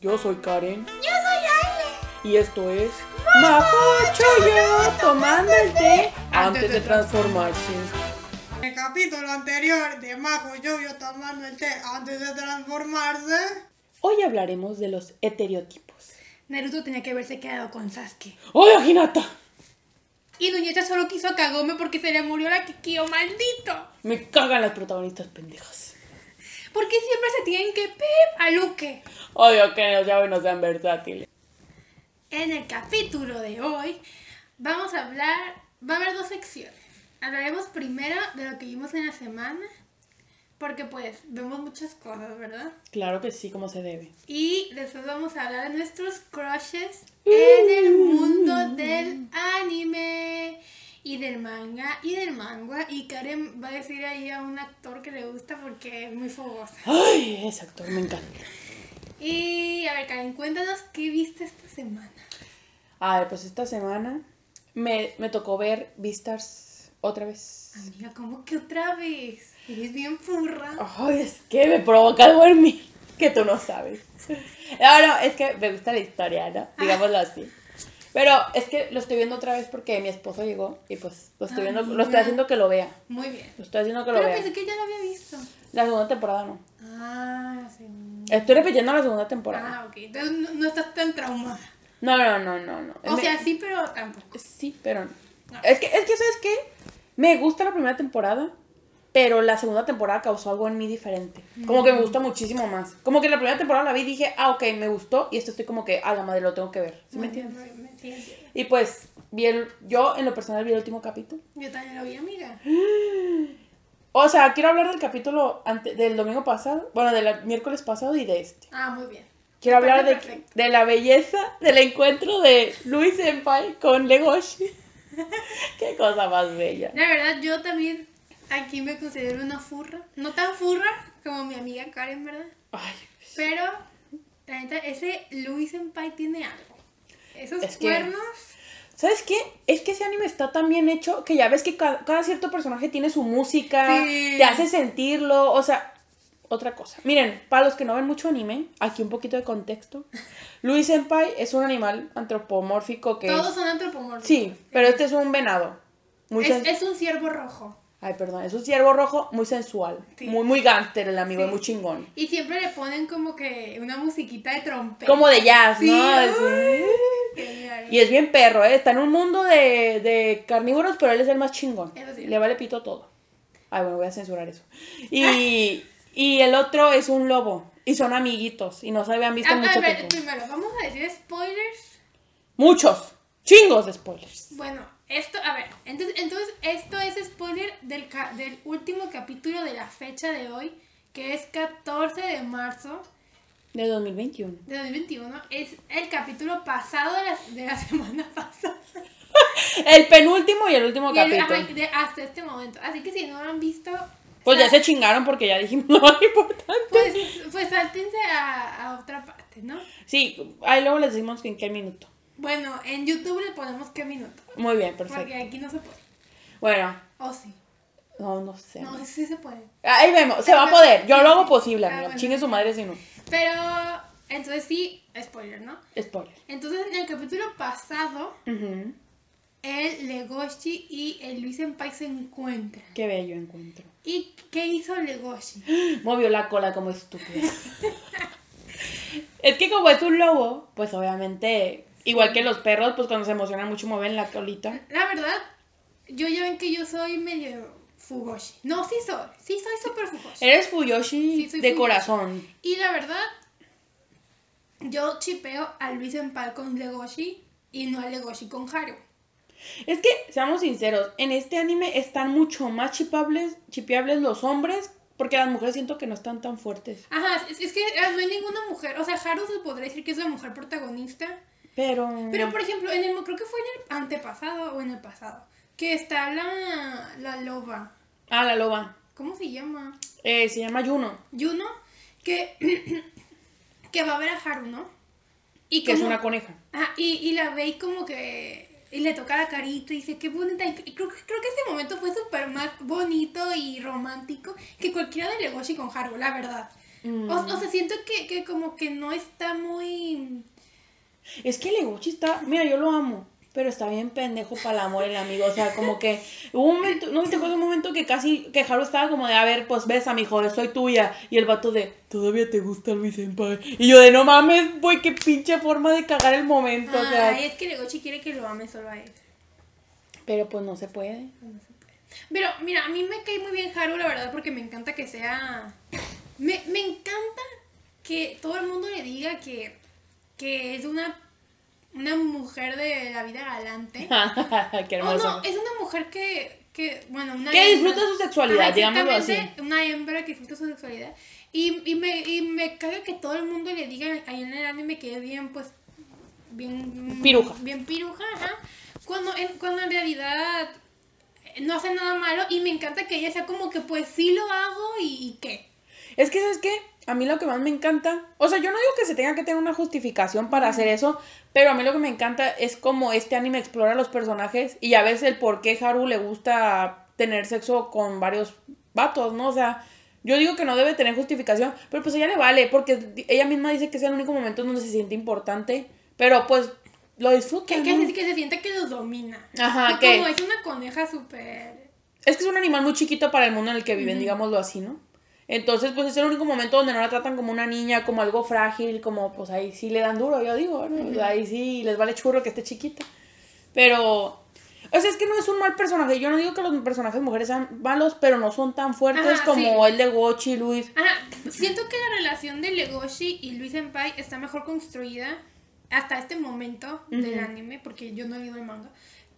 Yo soy Karen Yo soy y esto es Mapocho Yo tomando el té antes de transformarse. Ale. El capítulo anterior de Majo y yo, yo tomando el té antes de transformarse. Hoy hablaremos de los estereotipos. Naruto tenía que haberse quedado con Sasuke. ¡Hola, Hinata! Y Doñeta solo quiso a Kagome porque se le murió la Kikyo, maldito. Me cagan las protagonistas pendejas. Porque siempre se tienen que pep a Luke. Odio que los llaves no sean versátiles. En el capítulo de hoy vamos a hablar, va a haber dos secciones. Hablaremos primero de lo que vimos en la semana, porque pues vemos muchas cosas, ¿verdad? Claro que sí, como se debe. Y después vamos a hablar de nuestros crushes en el mundo del anime y del manga y del manga. Y Karen va a decir ahí a un actor que le gusta porque es muy fogosa. Ay, ese actor me encanta. Y a ver, Karen, cuéntanos qué viste esta semana. A ver, pues esta semana me, me tocó ver Beastars otra vez. Amiga, ¿cómo que otra vez? Eres bien furra. Ay, es que me provoca dormir, que tú no sabes. No, no, es que me gusta la historia, ¿no? Digámoslo así. Pero es que lo estoy viendo otra vez porque mi esposo llegó y pues lo estoy viendo, lo estoy haciendo que lo vea. Muy bien. Lo estoy haciendo que lo Ah. Pero pues vea. pensé que ya lo había visto. La segunda temporada no. Ah, sí. Estoy repitiendo la segunda temporada. Ah, ok. Entonces no, no estás tan traumada. No, no, no, no, no. O Me- sea, sí, pero tampoco. sí, pero no. No. Es que, es que, ¿sabes qué? Me gusta la primera temporada, pero la segunda temporada causó algo en mí diferente. Como que me gusta muchísimo más. Como que la primera temporada la vi y dije, ah, ok, me gustó. Y esto estoy como que, ah, la madre, lo tengo que ver. ¿Sí me entiendes? Muy bien, muy bien, sí, entiendo. Y pues, vi el- yo en lo personal vi el último capítulo. Yo también lo vi, amiga. O sea, quiero hablar del capítulo ante- del domingo pasado, bueno, del miércoles pasado y de este. Ah, muy bien. Quiero Me hablar de, parece perfecto. de la belleza del encuentro de Luis Senpai con Legoshi. Qué cosa más bella. La verdad, yo también aquí me considero una furra. No tan furra como mi amiga Karen, ¿verdad? Ay, Pero, la neta, ese Luis Senpai tiene algo. Esos Es que- cuernos. ¿Sabes qué? Es que ese anime está tan bien hecho que ya ves que ca- cada, cierto personaje tiene su música, Sí. te hace sentirlo, o sea, otra cosa. Miren, para los que no ven mucho anime, aquí un poquito de contexto. Luis Senpai es un animal antropomórfico que... es- Todos son antropomórficos. Sí, pero este es un venado. Muy es, sen- es un ciervo rojo. Ay, perdón, es un ciervo rojo muy sensual. Sí. Muy, muy gánster el amigo, Sí. y muy chingón. Y siempre le ponen como que una musiquita de trompeta. Como de jazz, Sí, ¿no? ay. Así. Genial. Y es bien perro, ¿eh? Está en un mundo de, de carnívoros, pero él es el más chingón. Eso sí. Le vale pito todo. Ay, bueno, voy a censurar eso. Y, y el otro es un lobo. Y son amiguitos. Y no se habían visto Ah, mucho a ver, tiempo. primero, vamos a decir spoilers. Muchos. Chingos de spoilers. Bueno, esto, a ver, entonces, entonces esto es spoiler del, ca- del último capítulo de la fecha de hoy, que es 14 de marzo De 2021. de 2021. Es el capítulo pasado de la, de la semana pasada. El penúltimo y el último Y el- capítulo. ajá, de- hasta este momento. Así que si no lo han visto, Pues Ah. ya se chingaron porque ya dijimos lo más importante. pues, pues sáltense a, a otra parte, ¿no? Sí, ahí luego les decimos que en qué minuto. Bueno, en YouTube le ponemos qué minuto. Muy bien, Porque perfecto. aquí no se puede. Bueno, O sí. no, no sé. No, sí, sí se puede. Ahí vemos, se va a poder. Yo lo hago posible, Ah, amiga. bueno. Chingue su madre si no. Pero, entonces sí, spoiler, ¿no? Spoiler. Entonces, en el capítulo pasado, Ujú. el Legoshi y el Luis Senpai se encuentran. Qué bello encuentro. ¿Y qué hizo Legoshi? Movió la cola como estúpido. es que como es un lobo, pues obviamente, igual que los perros, pues cuando se emocionan mucho mueven la colita. La verdad, yo ya ven que yo soy medio fugoshi. No, sí soy. Sí soy súper fugoshi. Eres Fuyoshi Sí, soy de Fuyoshi. corazón. Y la verdad, yo chipeo a Luis Senpai con Legoshi y no a Legoshi con Haru. Es que, seamos sinceros, en este anime están mucho más chipables, chipeables los hombres, porque las mujeres siento que no están tan fuertes. Ajá, es, es que ah, no hay ninguna mujer. O sea, Haru se podría decir que es la mujer protagonista. Pero... Pero por ejemplo, en el, creo que fue en el antepasado o en el pasado, que está la, la loba, Ah, la loba. ¿cómo se llama? Eh, se llama Juno, Juno, que, que va a ver a Haru, ¿no? Y que es como- una coneja. Ah, y, y la ve y como que... Y le toca la carita y dice, qué bonita. Y creo, que- creo que ese momento fue súper más bonito y romántico que cualquiera de Legoshi con Haru, la verdad. Mm. O, o sea, siento que, que como que no está muy... Es que Leguchi está, mira, yo lo amo, pero está bien pendejo para el amor el amigo. O sea, como que hubo un momento, no te acuerdas un momento que casi, que Haru estaba como de, a ver, pues ves a mi joder, soy tuya. Y el vato de, todavía te gusta mi senpai. Y yo de, no mames, güey, qué pinche forma de cagar el momento. o sea. Ay, es que Legochi quiere que lo ame solo a él. Pero pues no se puede. Pero mira, a mí me cae muy bien Haru, la verdad, porque me encanta que sea... Me, me encanta que todo el mundo le diga que, que es una, una mujer de la vida galante. qué Oh, hermoso. no, es una mujer que, que bueno, una Que hembra. disfruta su sexualidad, Ajá, digámoslo exactamente, Una hembra que disfruta su sexualidad. Y, y me, y me caga que todo el mundo le diga ahí en el anime que es bien, pues, bien... Piruja. Bien piruja, ajá. Cuando en, cuando en realidad eh, no hace nada malo y me encanta que ella sea como que, pues, sí lo hago y, y qué. Es que, ¿sabes qué? A mí lo que más me encanta, o sea, yo no digo que se tenga que tener una justificación para hacer eso, pero a mí lo que me encanta es como este anime explora los personajes y ya ves el por qué Haru le gusta tener sexo con varios vatos, ¿no? O sea, yo digo que no debe tener justificación, pero pues a ella le vale, porque di- ella misma dice que es el único momento en donde se siente importante, pero pues lo disfruta. Que, ¿no? que, se- que se sienta que los domina. Ajá, Y que- como es una coneja súper... Es que es un animal muy chiquito para el mundo en el que viven, digámoslo así, ¿no? Entonces, pues es el único momento donde no la tratan como una niña, como algo frágil, como pues ahí sí le dan duro, yo digo, ¿no? ahí sí les vale churro que esté chiquita. Pero, o sea, es que no es un mal personaje. Yo no digo que los personajes mujeres sean malos, pero no son tan fuertes Ajá, como el de Gochi, Luis. Ajá, siento que la relación de Legoshi y Luis Senpai está mejor construida hasta este momento del Ujú. anime, porque yo no he leído el manga,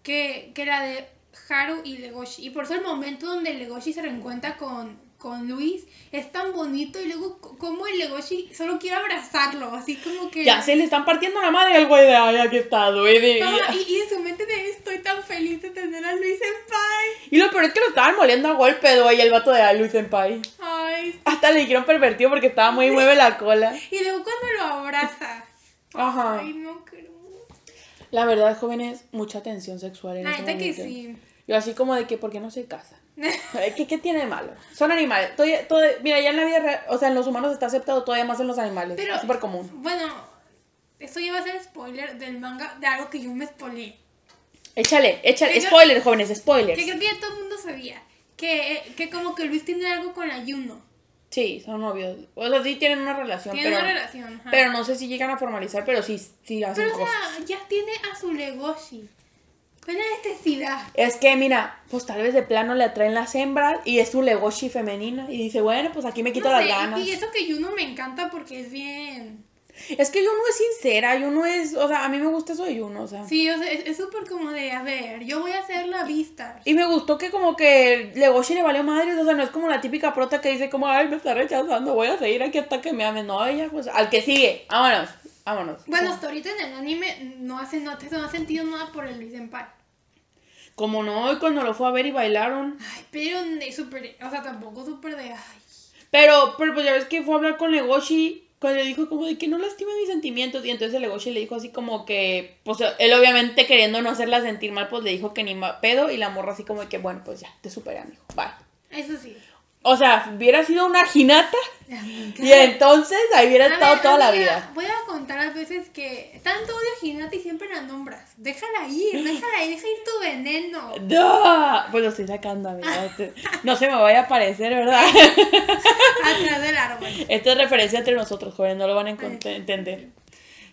que, que la de Haru y Legoshi. Y por eso el momento donde Legoshi se reencuentra con, con Luis es tan bonito y luego c- como el Legoshi solo quiere abrazarlo, así como que... Ya se le están partiendo la madre al güey de, ay, aquí está, duele. Ajá, y, y en su mente de estoy tan feliz de tener a Luis Senpai. Y lo peor es que lo estaban moliendo a golpe, güey, el vato de "Ay, Luis Senpai. Ay, Hasta le dijeron pervertido porque estaba muy mueve la cola. y luego cuando lo abraza. Ajá. Ay, no creo. La verdad, jóvenes, mucha tensión sexual en La ese neta que momento. sí. Yo así como de que, ¿por qué no se casan? ¿Qué, qué tiene de malo? Son animales. Todo, todo- mira, ya en la vida real, o sea, en los humanos está aceptado todavía más en los animales. Pero- es súper común. Bueno, esto ya va a ser spoiler del manga de algo que yo me spoilé. Échale, échale. Que yo- Spoiler, jóvenes, Que spoilers. creo que ya todo el mundo sabía. Que, que como que Luis tiene algo con la Yuno. Sí, son novios. O sea, sí tienen una relación, Tiene pero, una relación. ajá. pero no sé si llegan a formalizar, pero sí, sí hacen Pero, o cosas. sea, ya tiene a su Legoshi. ¿Cuál es la necesidad? Es que, mira, pues tal vez de plano le atraen las hembras y es su legoshi femenina. Y dice, bueno, pues aquí me quito No las sé, ganas. Y eso que Yuno me encanta porque es bien. Es que yo no es sincera, yo no es. O sea, a mí me gusta eso de Yuno, o sea. Sí, o sea, es es súper como de, a ver, yo voy a hacer la vista. Y me gustó que como que Legoshi le valió madre, o sea, no es como la típica prota que dice como, ay, me está rechazando, voy a seguir aquí hasta que me amen. No, ella, pues, al que sigue, vámonos, vámonos. Bueno, hasta ahorita en el anime no hace no, no ha sentido nada por el Luis Senpai. Como no, y cuando lo fue a ver y bailaron. Ay, pero de súper, o sea, tampoco súper de, ay, Pero, pero pues ya ves que fue a hablar con Legoshi, cuando le dijo como de que no lastime mis sentimientos, y entonces el Legoshi le dijo así como que, pues él obviamente queriendo no hacerla sentir mal, pues le dijo que ni ma- pedo, y la morra así como de que, bueno, pues ya, te superé, amigo, bye. Eso sí. O sea, hubiera sido una jinata, y entonces ahí hubiera A estado ver, toda la amiga, vida. Voy a contar las veces que tanto odio a Hinata y siempre la nombras. Déjala ir, déjala ir, deja ir tu veneno. ¡No! Pues lo estoy sacando, amiga. este, No se me vaya a aparecer, ¿verdad? Atrás del árbol. Esta es referencia entre nosotros, jóvenes, no lo van a encont- entender.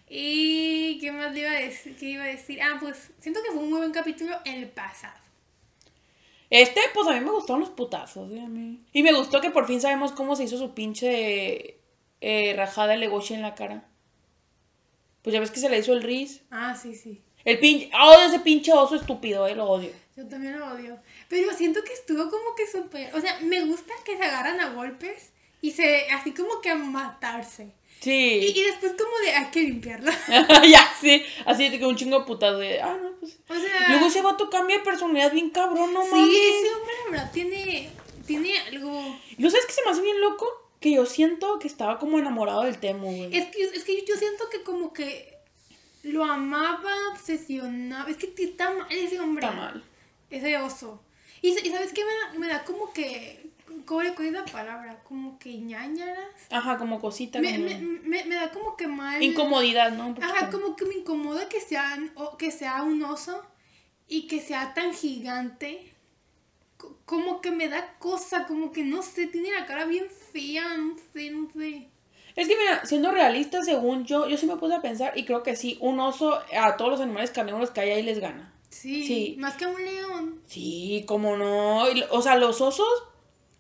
Y qué más le iba a decir, qué iba a decir. Ah, pues siento que fue un muy buen capítulo el pasado. Este, pues a mí me gustaron los putazos, ¿eh? a mí. Y me gustó que por fin sabemos cómo se hizo su pinche eh, rajada de Legoshi en la cara. Pues ya ves que se le hizo el riz. Ah, sí, sí. El pinche. ¡Oh, ese pinche oso estúpido! Eh, lo odio. Yo también lo odio. Pero siento que estuvo como que súper. O sea, me gusta que se agarran a golpes y se. así como que a matarse. Y, Sí. y después como de hay que limpiarla. ya, sí. Así de que un chingo de putazo. de, Ah, no, pues. O sea. Luego ese vato cambia de personalidad bien cabrón, no mames. Sí, ese hombre la verdad tiene, tiene algo. ¿No sabes que se me hace bien loco? Que yo siento que estaba como enamorado del Temu, güey. Es que, es que yo siento que como que lo amaba, obsesionaba. Es que t- está mal ese hombre. Está mal. Ese oso. Y, sa- y sabes qué me da, me da como que ¿Cuál cuál es la palabra? Como que ñañaras. Ajá, como cosita. Me, como- me, me, me da como que mal. Incomodidad, ¿no? Un poquito. Ajá, como que me incomoda que, sean, o, que sea un oso y que sea tan gigante. Co- Como que me da cosa, como que no sé, tiene la cara bien fea, no sé, no sé. Es que mira, siendo realista, según yo, yo sí me puse a pensar y creo que sí, un oso a todos los animales carnívoros que hay ahí les gana. Sí, Sí. más que un león. Sí, como no. Y lo- O sea, los osos,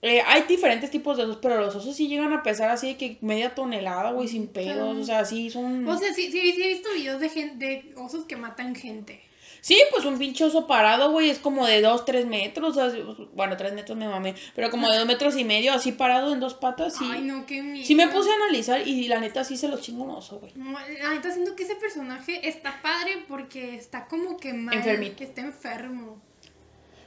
eh, hay diferentes tipos de osos, pero los osos sí llegan a pesar así de que media tonelada, güey, sin pedos. Claro. O sea, sí, son... O sea, sí, sí, sí he visto videos de, gen- de osos que matan gente. Sí, pues un pinche oso parado, güey, es como de dos, tres metros. o sea, pues, bueno, tres metros me mamé, pero como de dos metros y medio, así parado en dos patas. Sí, Ay, no, qué miedo. sí me puse a analizar y la neta sí se los chingo un oso, güey. No, La neta siento que ese personaje está padre porque está como que mal. Enfermito. Está enfermo.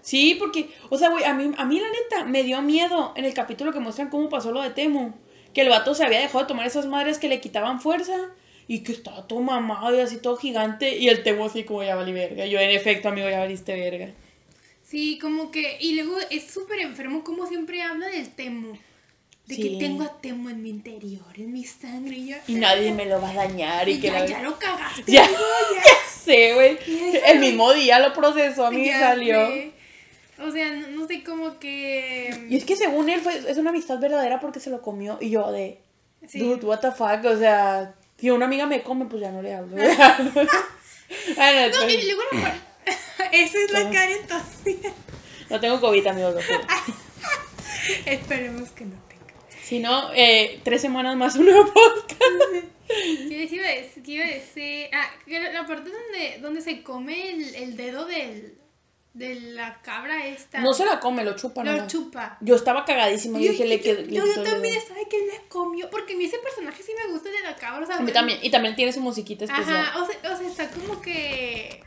Sí, porque, o sea, güey, a mí, a mí la neta me dio miedo en el capítulo que muestran cómo pasó lo de Temu. Que el vato se había dejado de tomar esas madres que le quitaban fuerza y que estaba todo mamado y así todo gigante. Y el Temu así como ya valí verga. Yo, en efecto, amigo, ya valiste verga. Sí, como que. Y luego es súper enfermo, como siempre habla del temo. De Sí. que tengo a temo en mi interior, en mi sangre. Y, ya, Y nadie me lo va a dañar y, y que ya, la- ya lo cagaste. Ya, amigo, ya. ya sé, güey. Ya. El mismo día lo procesó a mí y Ya salió. sé. O sea, no, no sé cómo Y que. es que según él fue, es una amistad verdadera porque se lo comió. Y yo de, Sí. dude, what the fuck, o sea, si una amiga me come, pues ya no le hablo. Ah, no, No, y estoy- luego la par- Esa es la Todo. cara entonces. no tengo COVID, amigos. lo juro. Esperemos que no tenga. Si no, eh, tres semanas más un nuevo podcast. ¿Qué les iba a decir? ¿Qué iba a decir? Ah, que la la parte donde, donde se come el, el dedo del, de la cabra esta. No se la come, lo chupa. Lo nomás. chupa. Yo estaba cagadísima. Yo, dije, le yo- qued- le yo- yo quitó el también dedo. estaba de que le comió. Porque a mí ese personaje sí me gusta el de la cabra. O sea, A mí también. Y también tiene su musiquita especial. Ajá, o sea, o sea, está como que.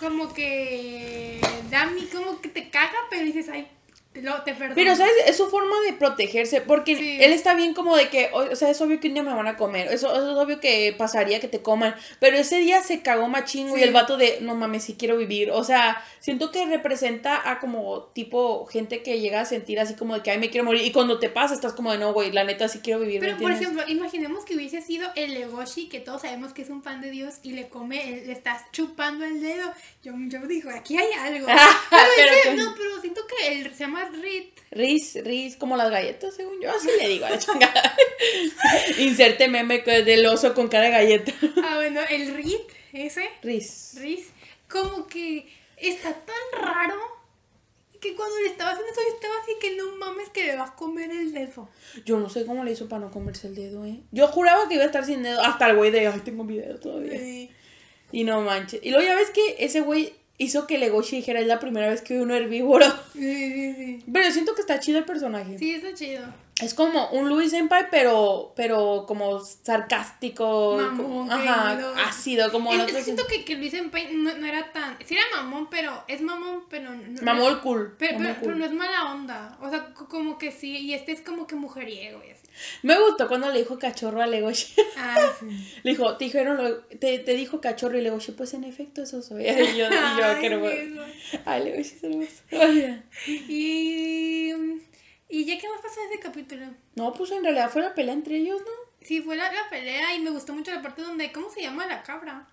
Como que. Da mi, como que te caga, pero dices, ay, te, lo, te perdono. Pero, ¿sabes? Es su forma de protegerse, porque Sí. él está bien como de que, o o sea, es obvio que un día me van a comer, eso, eso es obvio que pasaría que te coman, pero ese día se cagó machingo y Sí. el vato de, no mames, sí quiero vivir, o sea, siento que representa a como tipo gente que llega a sentir así como de que, ay, me quiero morir, y cuando te pasa estás como de, no, güey, la neta sí quiero vivir, ¿me Pero, por entiendes? ejemplo, imaginemos que hubiese sido el legoshi, que todos sabemos que es un pan de Dios, y le come, el- le estás chupando el dedo. Yo, yo digo, aquí hay algo. pero Pero ese- con- no, pero siento que el, se llama Rit. Riz, Riz, como las galletas, según yo, así le digo a la chingada. Inserte meme del oso con cara de galleta. Ah, bueno, el Rit, ese, Riz. Riz, como que está tan raro que cuando le estaba haciendo eso, yo estaba así que no mames que le vas a comer el dedo. Yo no sé cómo le hizo para no comerse el dedo, ¿eh? Yo juraba que iba a estar sin dedo. Hasta el güey de, ay, tengo mi dedo todavía. Sí. Y no manches. Y luego ya ves que ese güey hizo que Legoshi dijera, es la primera vez que veo un herbívoro. Sí, sí, sí. Pero siento que está chido el personaje. Sí, está chido. Es como un Luis Senpai, pero, pero como sarcástico. Mamón, como- ajá, querido. ácido, como Es- el es otro. que siento que, que Luis Senpai no, no era tan. Sí, era mamón, pero. Es mamón, pero. No, no- Mamol cool. Pero, mamol pero, cool. pero no es mala onda. O sea, co- como que sí. Y este es como que mujeriego y así. Me gustó cuando le dijo cachorro a Legoshi. Ah, sí. le dijo, te dijeron, lo- te, te dijo cachorro y Legoshi, pues en efecto eso soy. Y yo, y yo qué hermoso. Ay, Legoshi es hermoso. Ay, ya. Y. ¿Y ya qué más pasó en ese capítulo? No, pues en realidad fue la pelea entre ellos, ¿no? Sí, fue la, la pelea y me gustó mucho la parte donde. ¿Cómo se llama la cabra?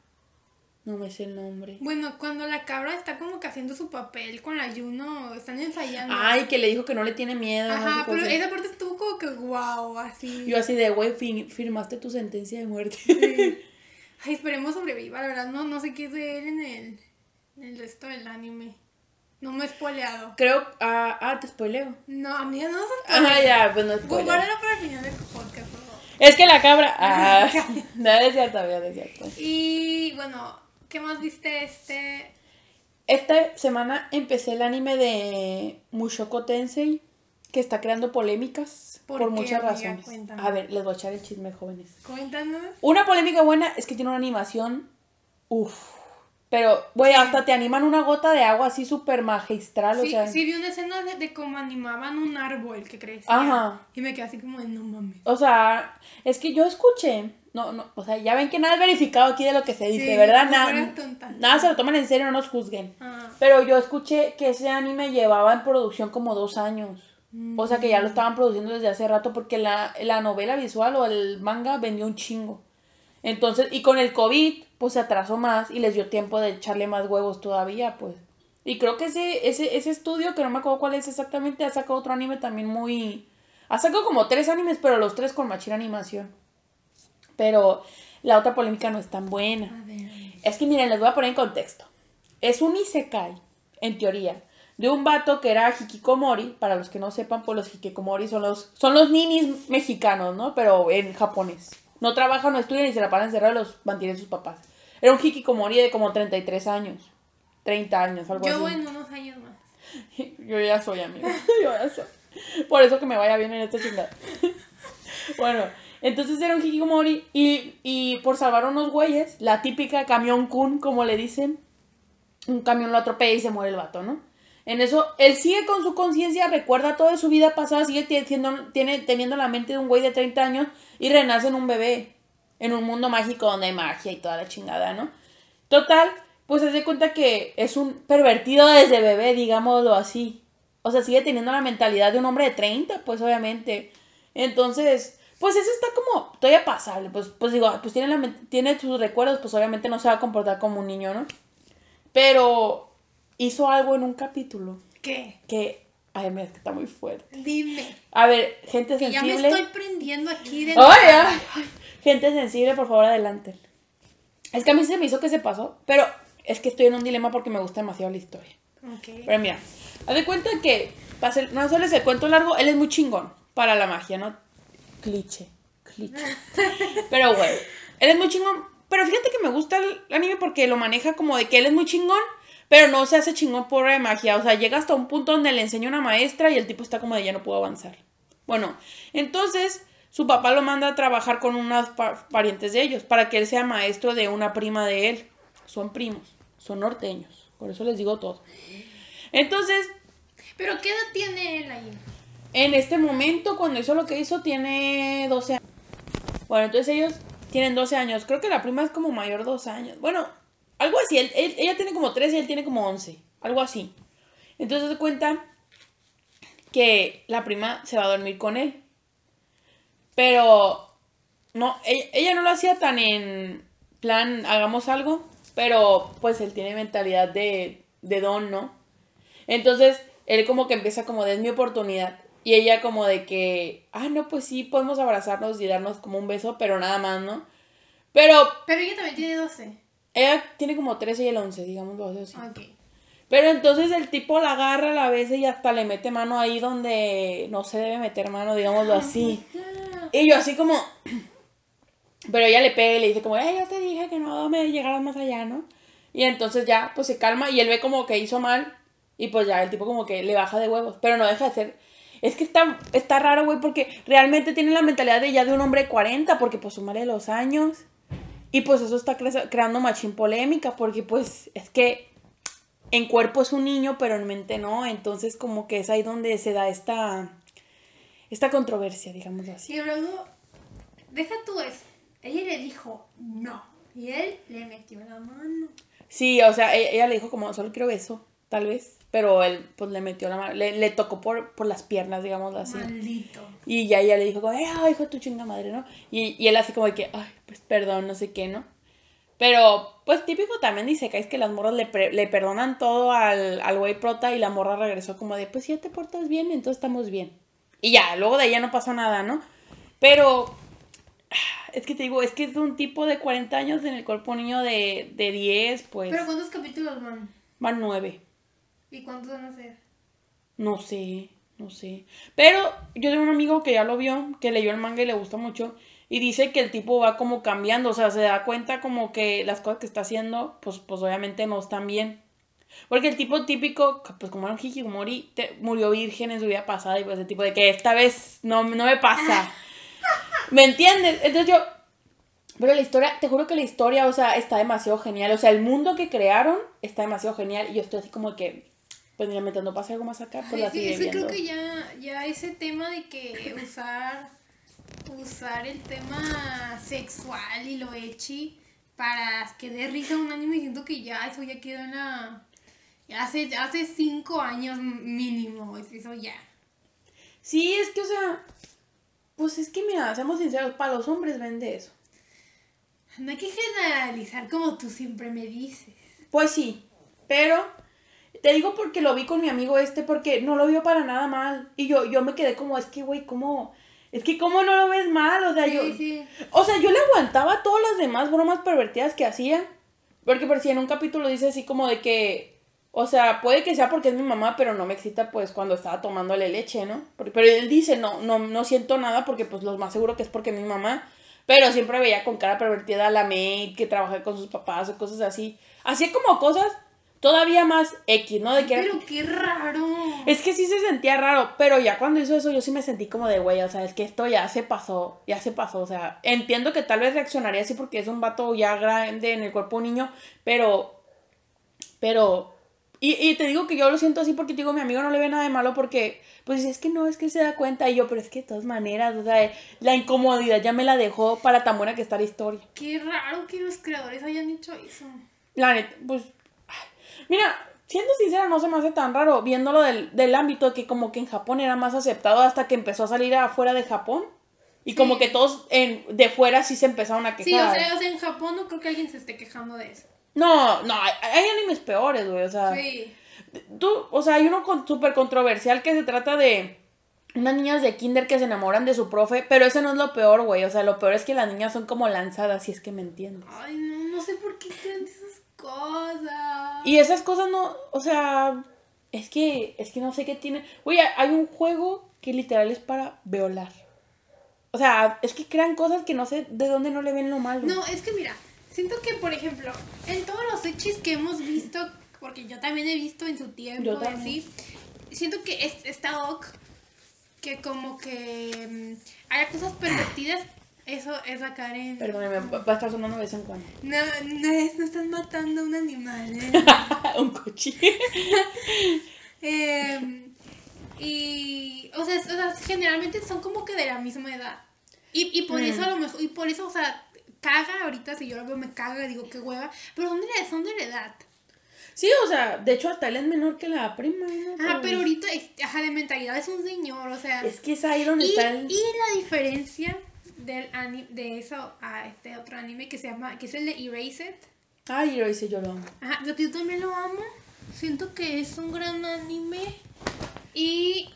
No me sé el nombre. Bueno, cuando la cabra está como que haciendo su papel con la ayuno, están ensayando. Ay, que le dijo que no le tiene miedo. Ah, no Ajá, sé pero cosas. esa parte estuvo como que wow, así. Yo así de, güey, fin- firmaste tu sentencia de muerte. Sí. Ay, esperemos sobreviva, la verdad, no, no sé qué es de él en el, en el resto del anime. No me he spoileado. Creo, ah, ah, te spoileo. No, amiga, no se Ah, ya, pues no spoileo. Guárdalo para el final del podcast, por favor. Es que la cabra... Ah, no, es cierto, amiga, no es cierto. Y bueno, ¿qué más viste este? Esta semana empecé el anime de Mushoko Tensei, que está creando polémicas ¿Por por, qué, muchas amiga? razones. Cuéntame. A ver, les voy a echar el chisme, jóvenes. Cuéntanos. Una polémica buena es que tiene una animación. Uff. Pero, güey, hasta te animan una gota de agua así súper magistral. o Sí, sea. sí vi una escena de, de cómo animaban un árbol que crecía. Ajá. Y me quedé así como de no mames. O sea, es que yo escuché. No, no, o sea, ya ven que nada es verificado aquí de lo que se dice, Sí, ¿verdad? no Nada, fueras tonta. nada se lo toman en serio, no nos juzguen. Ah, Pero yo escuché que ese anime llevaba en producción como dos años. O sea que ya lo estaban produciendo desde hace rato porque la, la novela visual o el manga vendió un chingo. Entonces, y con el COVID, pues se atrasó más y les dio tiempo de echarle más huevos todavía, pues. Y creo que ese, ese, ese estudio, que no me acuerdo cuál es exactamente, ha sacado otro anime también muy... Ha sacado como tres animes, pero los tres con machina animación. Pero la otra polémica no es tan buena. A ver. Es que miren, les voy a poner en contexto. Es un isekai, en teoría, de un vato que era hikikomori. Para los que no sepan, pues los hikikomori son los, son los ninis mexicanos, ¿no? Pero en japonés. No trabajan, no estudian y se la paran encerrados y los mantienen sus papás. Era un hikikomori de como 33 años. 30 años, algo Yo así. en unos años más. Yo ya soy, amigo. Yo ya soy. Por eso que me vaya bien en esta chingada. bueno, entonces era un hikikomori y, y por salvar a unos güeyes, la típica camión kun, como le dicen, un camión lo atropella y se muere el vato, ¿no? En eso, él sigue con su conciencia, recuerda toda su vida pasada, sigue tie- siendo- tiene, teniendo la mente de un güey de 30 años y renace en un bebé, en un mundo mágico donde hay magia y toda la chingada, ¿no? Total, pues se da cuenta que es un pervertido desde bebé, digámoslo así. O sea, sigue teniendo la mentalidad de un hombre de 30, pues obviamente. Entonces, pues eso está como todavía pasable. Pues, pues digo, ah, pues tiene, la men- tiene sus recuerdos, pues obviamente no se va a comportar como un niño, ¿no? Pero hizo algo en un capítulo ¿Qué? que, ay, mira, es que está muy fuerte. Dime. A ver, gente Que ya me sensible. Oh, estoy prendiendo aquí de... Ay, ay, ay. Gente sensible, por favor, adelante. Es que a mí se me hizo que se pasó, pero es que estoy en un dilema porque me gusta demasiado la historia. Ok. Pero mira, haz de cuenta que, para hacer- no hacerles el cuento largo, él es muy chingón para la magia, ¿no? Cliché, cliché. Pero bueno, él es muy chingón. Pero fíjate que me gusta el anime porque lo maneja como de que él es muy chingón, pero no se hace chingón por de magia. O sea, llega hasta un punto donde le enseña una maestra y el tipo está como de ya no puedo avanzar. Bueno, entonces su papá lo manda a trabajar con unos pa- parientes de ellos para que él sea maestro de una prima de él. Son primos, son norteños. Por eso les digo todo. Entonces, ¿Pero qué edad tiene él ahí? en este momento, cuando hizo lo que hizo, tiene 12 años. Bueno, entonces ellos tienen 12 años. Creo que la prima es como mayor 2 años. Bueno, algo así. Él- él- ella tiene como 13 y él tiene como 11. Algo así. Entonces se cuenta que la prima se va a dormir con él. Pero no, ella, ella no lo hacía tan en plan, hagamos algo. Pero pues él tiene mentalidad de, de don, ¿no? Entonces, él como que empieza como de es mi oportunidad. Y ella como de que, ah, no, pues sí, podemos abrazarnos y darnos como un beso, pero nada más, ¿no? Pero Pero ella también tiene 12. ella tiene como 13 y el 11, digamos, así. Ok. Pero entonces el tipo la agarra, la besa y hasta le mete mano ahí donde no se debe meter mano, digámoslo así. Y yo así como... Pero ella le pega y le dice como, eh, ya te dije que no me llegaras más allá, ¿no? Y entonces ya, pues se calma y él ve como que hizo mal y pues ya el tipo como que le baja de huevos, pero no deja de ser... Es que está, está raro, güey, porque realmente tiene la mentalidad de ya de un hombre de 40, porque pues sumarle los años. Y pues eso está cre- creando machín polémica, porque pues es que en cuerpo es un niño, pero en mente no. Entonces, como que es ahí donde se da esta, esta controversia, digamos así. Sí, luego, deja tú eso. Ella le dijo no. Y él le metió la mano. Sí, o sea, e- ella le dijo como, solo quiero beso, tal vez. Pero él, pues, le metió la mano, le, le tocó por, por las piernas, digamos así. Maldito. Y ya ella le dijo como, eh, ay, hijo de tu chinga madre, ¿no? Y, y él así como de que, ay, pues, perdón, no sé qué, ¿no? Pero, pues, típico también dice que es que las morras le, pre- le perdonan todo al, al güey prota y la morra regresó como de, pues, si ya te portas bien, entonces estamos bien. Y ya, luego de ella no pasó nada, ¿no? Pero, es que te digo, es que es de un tipo de 40 años en el cuerpo de un niño de, de 10, pues, Pero ¿cuántos capítulos van? más 9. ¿Y cuántos van a ser? No sé, no sé. Pero yo tengo un amigo que ya lo vio, que leyó el manga y le gusta mucho. Y dice que el tipo va como cambiando, o sea, se da cuenta como que las cosas que está haciendo, pues, pues obviamente no están bien. Porque el tipo típico, que, pues como era un hikikomori, te- murió virgen en su vida pasada y pues el tipo de que esta vez no, no me pasa. ¿Me entiendes? Entonces yo, pero la historia, te juro que la historia, o sea, está demasiado genial. O sea, el mundo que crearon está demasiado genial. Y yo estoy así como que, pues mira, mientras no pase algo más acá, pues Ay, la sí, sigue es que creo viendo. que ya, ya ese tema de que usar usar el tema sexual y lo echi para que dé risa a un anime siento que ya eso ya quedó en la ya hace hace cinco años mínimo es- eso ya Sí, es que, o sea, pues es que, mira, seamos sinceros, para los hombres vende eso. No hay que generalizar como tú siempre me dices. Pues sí, pero te digo porque lo vi con mi amigo este, porque no lo vio para nada mal. Y yo, yo me quedé como, es que, güey, ¿cómo? Es que, ¿cómo no lo ves mal? O sea, yo, Sí, sí. O sea, yo le aguantaba todas las demás bromas pervertidas que hacía. Porque por si en un capítulo dice así como de que. O sea, puede que sea porque es mi mamá, pero no me excita pues cuando estaba tomándole leche, ¿no? Porque- pero él dice, no, no, no siento nada porque pues lo más seguro que es porque es mi mamá. Pero siempre veía con cara pervertida a la maid que trabaja con sus papás o cosas así. Hacía como cosas todavía más X, ¿no? De que era- Pero qué raro. es que sí se sentía raro, pero ya cuando hizo eso yo sí me sentí como de güey, o sea, es que esto ya se pasó, ya se pasó, o sea, entiendo que tal vez reaccionaría así porque es un vato ya grande en el cuerpo de un niño, pero, pero, y, y te digo que yo lo siento así porque te digo, mi amigo no le ve nada de malo porque, pues es que no, es que se da cuenta y yo, pero es que de todas maneras, o sea, la incomodidad ya me la dejó para tan buena que está la historia. Qué raro que los creadores hayan hecho eso. La neta, pues. ay, Mira, siendo sincera, no se me hace tan raro viéndolo del, del ámbito que, como que en Japón era más aceptado hasta que empezó a salir afuera de Japón. Y como Sí. que todos en, de fuera sí se empezaron a Sí, o quejar. sea, o sea, en Japón no creo que alguien se esté quejando de eso. No, no, hay, hay animes peores, güey. O sea, Sí. tú, o sea, hay uno con, súper controversial que se trata de unas niñas de kinder que se enamoran de su profe, pero ese no es lo peor, güey. O sea, lo peor es que las niñas son como lanzadas, si es que me entiendes. Ay, no, no sé por qué creen de esas cosas. Y esas cosas no, o sea, es que, es que no sé qué tiene. Güey, hay- hay un juego que literal es para violar. O sea, es que crean cosas que no sé de dónde no le ven lo malo. No, es que mira, siento que, por ejemplo, en todos los hechis que hemos visto, porque yo también he visto en su tiempo, Yo y también. así, siento que es, está Doc, que como que mm, haya cosas pervertidas, eso es la Karen. Perdóneme, va va a estar sonando de vez en cuando. No, no, es, no están matando a un animal, ¿eh? un coche. Em, y, o sea, es- o sea, generalmente son como que de la misma edad. Y, y por eso a lo Mm. mejor, y por eso, o sea, caga ahorita, si yo lo veo me caga, digo, qué hueva, pero son de la, son de la edad. Sí, o sea, de hecho hasta él es menor que la prima. ¿no? Ah, pero ahorita, es- ajá, de mentalidad es un señor, o sea. Es que es ahí donde y, está el... y la diferencia del ani- de eso a este otro anime que se llama, que es el de Erased. Ay, lo hice yo lo amo. Ajá, lo que yo también lo amo. Siento que es un gran anime. Y.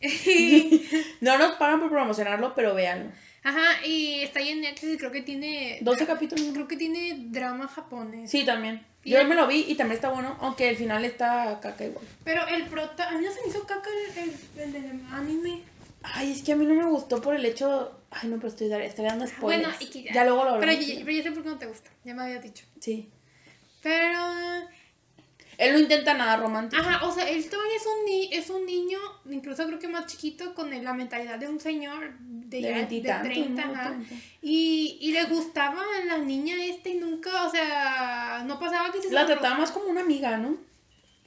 No nos pagan por promocionarlo, pero véanlo. ajá, y está ahí en Netflix y creo que tiene. 12 capítulos. Creo que tiene drama japonés. Sí, también. Y- Yo me lo vi y también está bueno, aunque el final está caca igual. Pero el prota. A mí no se me hizo caca el, el- el del anime. Ay, es que a mí no me gustó por el hecho. Ay, no, pero estoy dar- estaría dando spoilers. Bueno, y que ya. ya. luego lo Pero, hablamos. ya- pero ya sé por qué no te gusta. Ya me había dicho. Sí. Pero. Él no intenta nada romántico. Ajá, o sea, él todavía es un, ni es un niño, incluso creo que más chiquito, con el- la mentalidad de un señor de, De ya- veintitantos, de 30, ¿no? ajá. Tanto. Y, y le gustaba a la niña esta y nunca, o sea, no pasaba que se la enamoró. trataba más como una amiga, ¿no?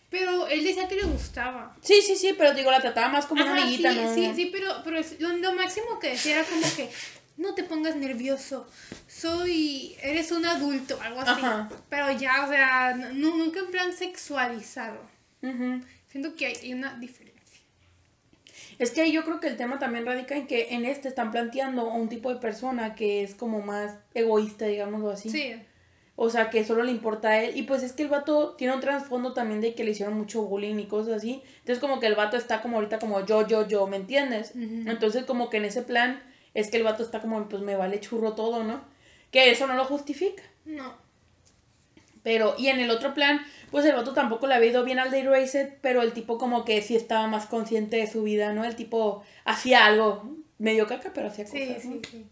Pero él decía que le gustaba. Sí, sí, sí, pero digo, la trataba más como una Ajá, amiguita, sí, ¿no? sí, sí, pero, pero es- lo, lo máximo que decía era como que no te pongas nervioso, soy, eres un adulto, algo así. Ajá. Pero ya, o sea, n- nu- nunca en plan sexualizado. Ujú. Siento que hay- hay una diferencia. Es que ahí yo creo que el tema también radica en que en este están planteando a un tipo de persona que es como más egoísta, digámoslo así. sí. O sea, que solo le importa a él. Y pues es que el vato tiene un trasfondo también de que le hicieron mucho bullying y cosas así. Entonces como que el vato está como ahorita como yo, yo, yo, ¿me entiendes? Ujú. Entonces como que en ese plan es que el vato está como pues me vale churro todo, ¿no? Que eso no lo justifica. No. Pero, y en el otro plan, pues el vato tampoco le había ido bien al de Erased, pero el tipo como que sí estaba más consciente de su vida, ¿no? El tipo hacía algo medio caca, pero hacía Sí, cosas, ¿no? sí, sí.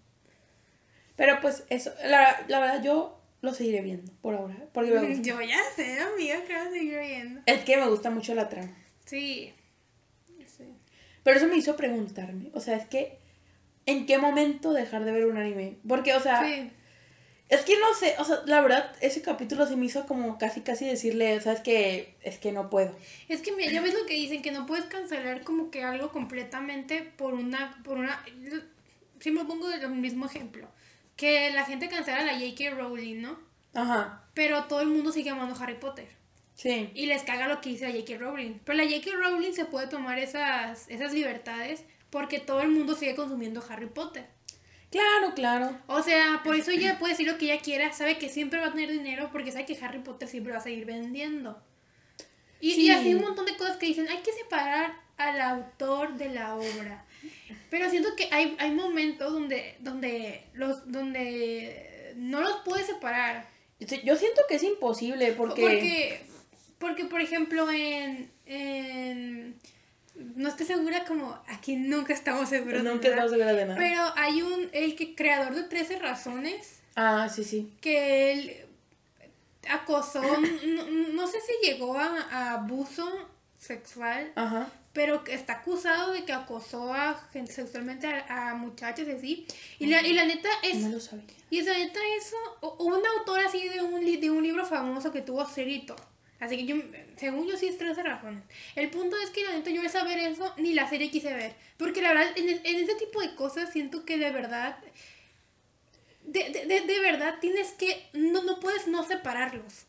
Pero pues eso, la, la verdad yo lo seguiré viendo por ahora, porque me gusta. Yo ya sé, amiga, que vas a seguir viendo. Es que me gusta mucho la trama. Sí. sí. Pero eso me hizo preguntarme, o sea, es que, ¿en qué momento dejar de ver un anime? Porque, o sea, Sí. es que no sé, o sea, la verdad, ese capítulo sí me hizo como casi, casi decirle, o sea, es que, es que no puedo. Es que mira, ya ves lo que dicen, que no puedes cancelar como que algo completamente por una, por una. Siempre pongo el mismo ejemplo. Que la gente cancela a la J.K. Rowling, ¿no? Ajá. Pero todo el mundo sigue amando a Harry Potter. Sí. Y les caga lo que hizo la J.K. Rowling. Pero la J.K. Rowling se puede tomar esas, esas libertades porque todo el mundo sigue consumiendo Harry Potter. Claro, claro. O sea, por eso ella puede decir lo que ella quiera, sabe que siempre va a tener dinero porque sabe que Harry Potter siempre va a seguir vendiendo. Y, y Sí. así un montón de cosas que dicen, hay que separar al autor de la obra. Pero siento que hay, hay momentos donde, donde, los, donde no los puedes separar. Sí, Yo siento que es imposible porque... Porque, porque, por ejemplo, en, en- No estoy segura como... Aquí nunca estamos seguros. de nunca nada. estamos seguras de nada. Pero hay un... El que, creador de 13 razones Ah, sí, sí. que él acosó, no, no sé si llegó a, a abuso sexual, Ajá. pero que está acusado de que acosó a, gen- sexualmente a, a muchachos y así. Y la, y la neta No es... lo sabía. Y la neta eso, o- o un autor así de un, li- de un libro famoso que tuvo cerito. Así que yo, según yo sí es 13 razones. El punto es que la neta yo al saber eso, ni la serie quise ver. Porque la verdad, en, es- en ese tipo de cosas siento que de verdad de, de, de- de verdad tienes que. No, no puedes no separarlos.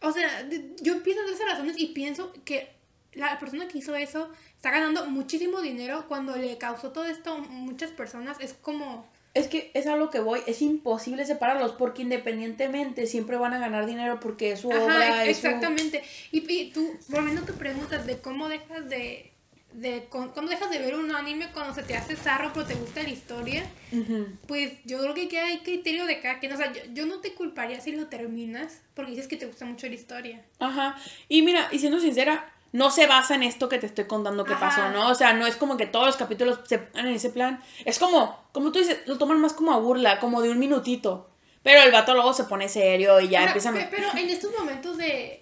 O sea, de- yo pienso de esas razones y pienso que la persona que hizo eso está ganando muchísimo dinero cuando le causó todo esto a muchas personas. Es como. Es que es algo que voy, es imposible separarlos porque independientemente siempre van a ganar dinero porque es su obra, Ajá, e- es su- exactamente. Y, y tú, volviendo a tu pregunta de cómo dejas de. de con- ¿Cómo dejas de ver un anime cuando se te hace zarro pero te gusta la historia? Ujú. Pues yo creo que queda el criterio de cada quien. O sea, yo, yo no te culparía si lo terminas porque dices que te gusta mucho la historia. Ajá. Y mira, y siendo sincera, no se basa en esto que te estoy contando que Ajá. pasó, ¿no? O sea, no es como que todos los capítulos se ponen en ese plan. Es como, como tú dices, lo toman más como a burla, como de un minutito. Pero el vato luego se pone serio y ya O sea, empiezan. pe- Pero en estos momentos de.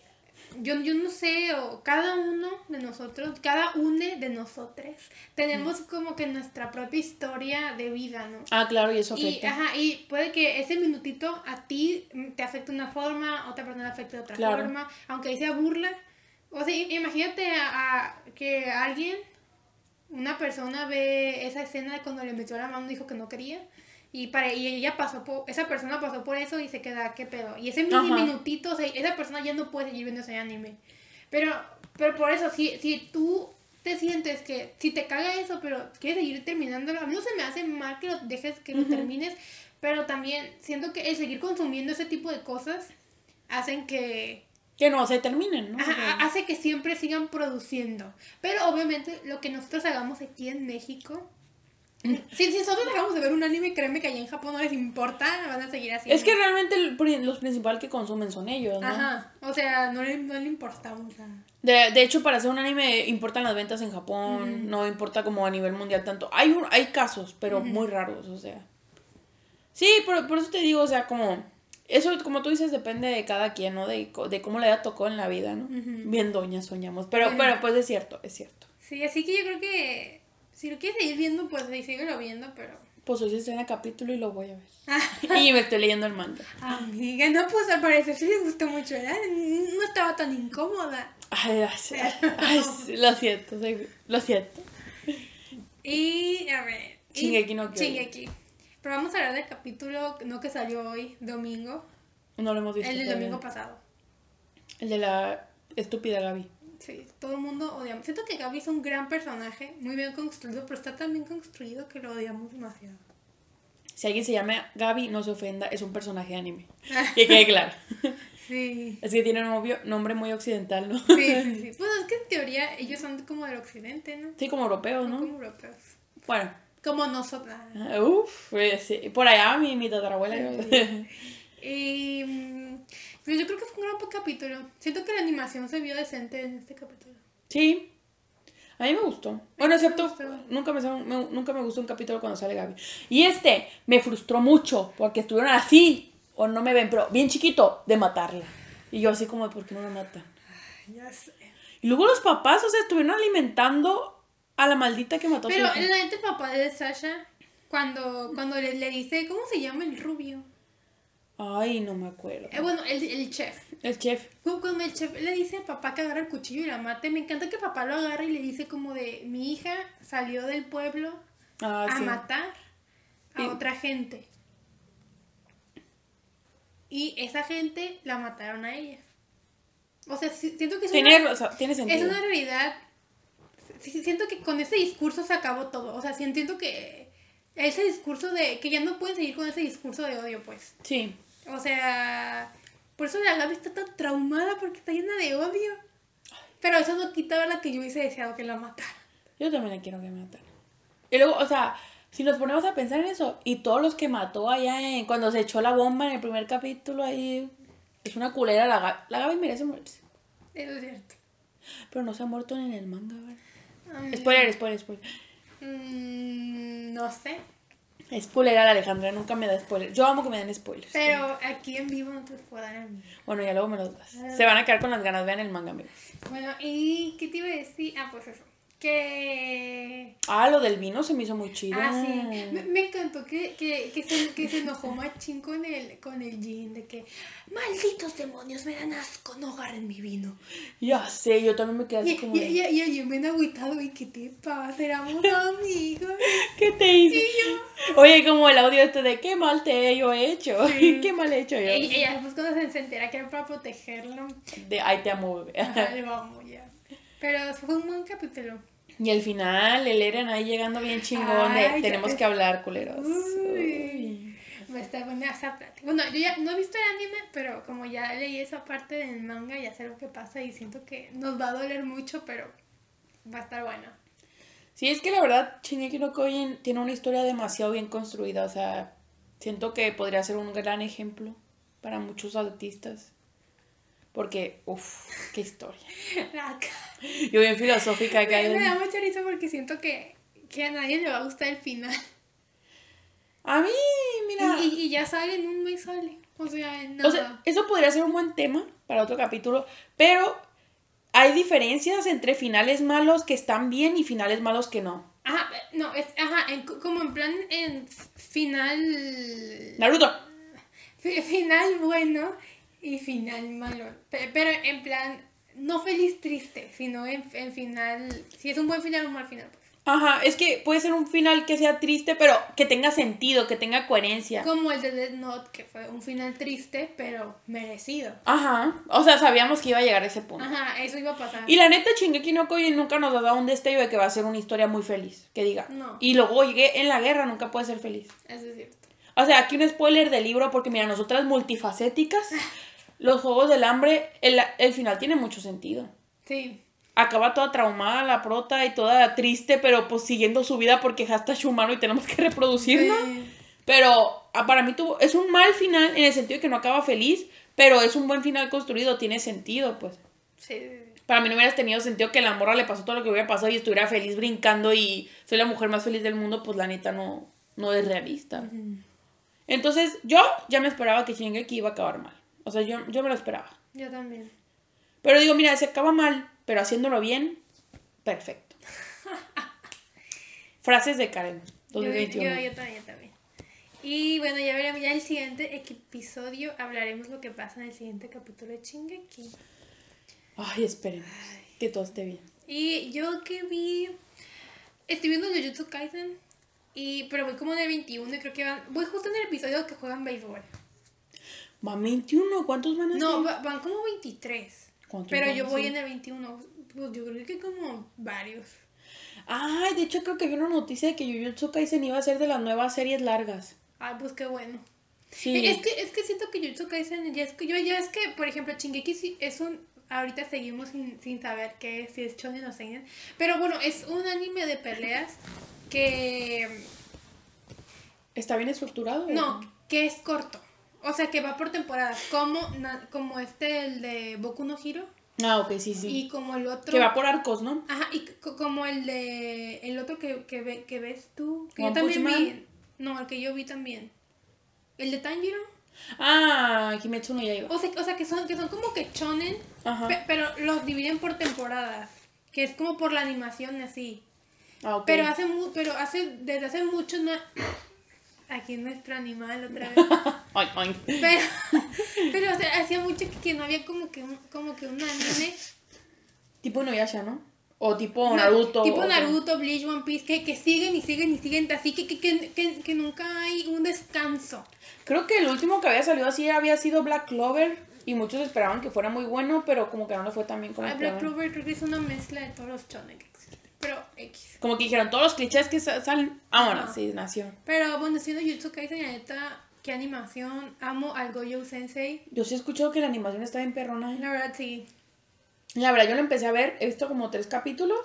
Yo, yo no sé, o cada uno de nosotros, cada une de nosotros, tenemos como que nuestra propia historia de vida, ¿no? Ah, claro, y eso Y, afecta. ajá, y puede que ese minutito a ti mm, te afecte de una forma, a otra persona le afecte de otra Claro. forma, aunque ahí sea burla. O sea, i- imagínate a, a- que alguien, una persona ve esa escena de cuando le metió la mano y dijo que no quería. Y, para, y ella pasó por, esa persona pasó por eso y se queda, qué pedo. Y ese mini Ajá. minutito, o sea, esa persona ya no puede seguir viendo ese anime. Pero, pero por eso, si, si tú te sientes que si te caga eso, pero quieres seguir terminándolo, a mí no se me hace mal que lo dejes, que lo termines, pero también siento que el seguir consumiendo ese tipo de cosas hacen que Que no se terminen, ¿no? ajá, a- hace que siempre sigan produciendo. Pero obviamente lo que nosotros hagamos aquí en México Mm. si, si nosotros dejamos de ver un anime, créeme que allá en Japón no les importa, van a seguir haciendo. Es que realmente el pri- los principales que consumen son ellos, ¿no? Ajá, o sea, no le, no le importamos a... De, de hecho, para hacer un anime importan las ventas en Japón, no importa como a nivel mundial tanto. Hay, un- hay casos, pero muy raros, o sea. Sí, por, por eso te digo, o sea, como... Eso, como tú dices, depende de cada quien, ¿no? De, co- de cómo le da tocó en la vida, ¿no? Ujú. Bien doña soñamos, pero, Ujú. pero pues es cierto, es cierto. Sí, así que yo creo que si lo quieres seguir viendo, pues sí, síguelo viendo, pero... ah, Pues hoy se estrena capítulo y lo voy a ver. y me estoy leyendo el manga. Amiga, no, pues al parecer sí le gustó mucho, ¿verdad? No estaba tan incómoda. Ay, ay, ay, ay, sí, lo siento, soy- lo siento. Y, a ver... y- Shingeki no Kyojin. Shingeki. Pero vamos a hablar del capítulo, no que salió hoy, domingo. No lo hemos visto. El del Pues todavía. domingo pasado. El de la estúpida Gaby. Sí, todo el mundo odiamos. Siento que Gaby es un gran personaje, muy bien construido, pero está tan bien construido que lo odiamos demasiado. Si alguien se llama Gaby, no se ofenda, es un personaje de anime. Que quede claro. Sí. Es que tiene un obvio nombre muy occidental, ¿no? Sí, sí, sí. Pues es que en teoría ellos son como del occidente, ¿no? Sí, como europeo, Son ¿no? como europeos. Bueno, Como nosotras. uff, por allá mi, mi tatarabuela. Sí. Y. mm, Pero yo creo que fue un gran capítulo. Siento que la animación se vio decente en este capítulo. Sí. A mí me gustó. Bueno, mí me excepto, gustó. nunca me, sal- me- nunca me gustó un capítulo cuando sale Gaby. Y este me frustró mucho porque estuvieron así, o no me ven, pero bien chiquito, de matarla. Y yo así como, ¿por qué no la matan? Ya sé. Y luego los papás, o sea, estuvieron alimentando a la maldita que mató a su Pero hija. la gente, el papá de Sasha, cuando, cuando le, le dice, ¿cómo se llama el rubio? Ay, no me acuerdo. ah, Eh, bueno, el, el chef. El chef. Cu- Cuando el chef le dice a papá que agarra el cuchillo y la mate, me encanta que papá lo agarre y le dice como de mi hija salió del pueblo Ah, a sí. matar a Y- otra gente. Y esa gente la mataron a ella. O sea, si- siento que es Tiene, una, o sea, tiene es sentido. una realidad. si- si- Siento que con ese discurso se acabó todo. O sea, si entiendo que ese discurso de. que ya no pueden seguir con ese discurso de odio, pues. Sí. O sea, por eso la Gaby está tan traumada porque está llena de odio. Pero eso no quitaba la que yo hubiese deseado que la matara. Yo también la quiero que matar. Y luego, o sea, si nos ponemos a pensar en eso, y todos los que mató allá en, cuando se echó la bomba en el primer capítulo, ahí es una culera la Gaby. La Gaby merece morirse. Eso es cierto. Pero no se ha muerto en el manga, ¿verdad? Mm, Spoiler, spoiler, spoiler. mm, no sé. Spoiler a la Alejandra, nunca me da spoiler. Yo amo que me den spoilers. Pero aquí en vivo no te puedo dar el mío. Bueno, ya luego me los das. Ah. Se van a quedar con las ganas, vean el manga, amigos. Bueno, ¿y qué te iba a decir? Ah, pues eso. Que. Ah, lo del vino se me hizo muy chido. Ah, sí. Me, me encantó que, que, que, se, que se enojó Machín con el, con el Jin de que. Malditos demonios, me dan asco, no agarren mi vino. Ya sé, yo también me quedé Y, así como. y, de, y, y el Jin bien agüitado, ¿y qué te pasa? Éramos amigos. ¿Qué te hice? Oye, como el audio este de qué mal te he yo hecho. qué mal he hecho yo. Y- y Ella después cuando se, se entera que era para protegerlo. De ay, te amo. bebé". Ajá, le vamos ya. Pero fue un buen capítulo. Y al final, el Eren ahí llegando bien chingón de, Ay, ya tenemos ves". que hablar, culeros. Uy. Va a estar buena esa plática. Bueno, yo ya no he visto el anime, pero como ya leí esa parte del manga, ya sé lo que pasa y siento que nos va a doler mucho, pero va a estar bueno. Sí, es que la verdad, Shingeki no Kyojin tiene una historia demasiado bien construida. O sea, siento que podría ser un gran ejemplo para muchos artistas. Porque, uff, qué historia. Acá. Yo bien filosófica acá. Me, me da en- mucha risa porque siento que, que a nadie le va a gustar el final. A mí, mira. Y, y- y ya sale en un mes sale. O sea, en nada. O sea, eso podría ser un buen tema para otro capítulo, pero hay diferencias entre finales malos que están bien y finales malos que no. ajá, no, es, ajá, en- como en plan en final. Naruto. Fi- Final bueno y final malo. Pe- Pero en plan, no feliz triste, sino en, en final. Si es un buen final o un mal final. pues. Ajá, es que puede ser un final que sea triste, pero que tenga sentido, que tenga coherencia. Como el de Death Note, que fue un final triste, pero merecido. Ajá, o sea, sabíamos que iba a llegar a ese punto. Ajá, eso iba a pasar. Y la neta, Shingeki no Kyojin nunca nos ha dado un destello de que va a ser una historia muy feliz, que diga. No. Y luego llegué en la guerra, nunca puede ser feliz. Eso es cierto. O sea, aquí un spoiler del libro, porque mira, nosotras multifacéticas, los Juegos del Hambre, el- el final tiene mucho sentido. Sí. acaba toda traumada la prota y toda triste, pero pues siguiendo su vida porque hashtag es humano y tenemos que reproducirnos. Sí. Pero ah, para mí tuvo, es un mal final en el sentido de que no acaba feliz, pero es un buen final construido, tiene sentido, pues. Sí, sí, sí. Para mí no hubieras tenido sentido que la morra le pasó todo lo que hubiera pasado y estuviera feliz brincando y soy la mujer más feliz del mundo, pues la neta no, no es realista. Entonces yo ya me esperaba que Shingeki iba a acabar mal. O sea, yo, yo me lo esperaba. Yo también. Pero digo, mira, se acaba mal, pero haciéndolo bien, perfecto. Frases de Karen, Yo, yo, 2021. yo también, yo también. Y bueno, ya veremos, ya el siguiente episodio hablaremos lo que pasa en el siguiente capítulo de Chingeki. Ay, esperen, que todo esté bien. Y yo que vi. Estoy viendo el Jujutsu Kaisen. Y, pero voy como en el 21 y creo que van. Voy justo en el episodio que juegan béisbol. Va 21, ¿cuántos van a ser? No, va- van como 23. ¿Cuántos Pero van yo a voy ser? en el 21. Pues yo creo que como varios. Ay, de hecho creo que vi una noticia de que Jujutsu Kaisen iba a ser de las nuevas series largas. Ah, pues qué bueno. Sí. Es, que, es que siento que Jujutsu Kaisen ya es que. Yo ya es que, por ejemplo, Chingeki sí es un. Ahorita seguimos sin, sin saber qué es, si es Shonen o Seinen. Pero bueno, es un anime de peleas que. ¿Está bien estructurado? o No, que es corto. O sea, que va por temporadas. Como, na- como este, el de Boku no Hiro. Ah, ok, sí, sí. Y como el otro. Que va por arcos, ¿no? Ajá, y co- como el de. El otro que, que, ve- que ves tú. Que yo One Punch también vi. Man. No, el que yo vi también. El de Tanjiro. Ah, Kimetsu no ya iba. O sea, o sea que, son, que son como que chonen. Ajá. pero los dividen por temporadas. Que es como por la animación así. Ah, ok. Pero hace, mu- pero hace desde hace mucho no. Aquí nuestro animal otra vez. Ay, ay. Pero, pero o sea, hacía mucho que, que no había como que, un, como que un anime. Tipo Inuyasha, ¿no? O tipo No, Naruto. tipo o- Naruto, Bleach, One Piece, que, que siguen y siguen y siguen, así que, que, que, que- que nunca hay un descanso. Creo que el último que había salido así había sido Black Clover. Y muchos esperaban que fuera muy bueno, pero como que no lo fue tan bien como Ay, Ah, Black esperaban. Clover creo que es una mezcla de todos los shonen que existen, pero X. Como que dijeron todos los clichés que sa- salen. Ahora Ajá. sí, nació. Pero bueno, siendo Jutsu Kaisen, la neta, qué animación, amo al Gojo Sensei. Yo sí he escuchado que la animación está bien perrona. ¿eh? La verdad, sí. La verdad, yo lo empecé a ver, he visto como tres capítulos.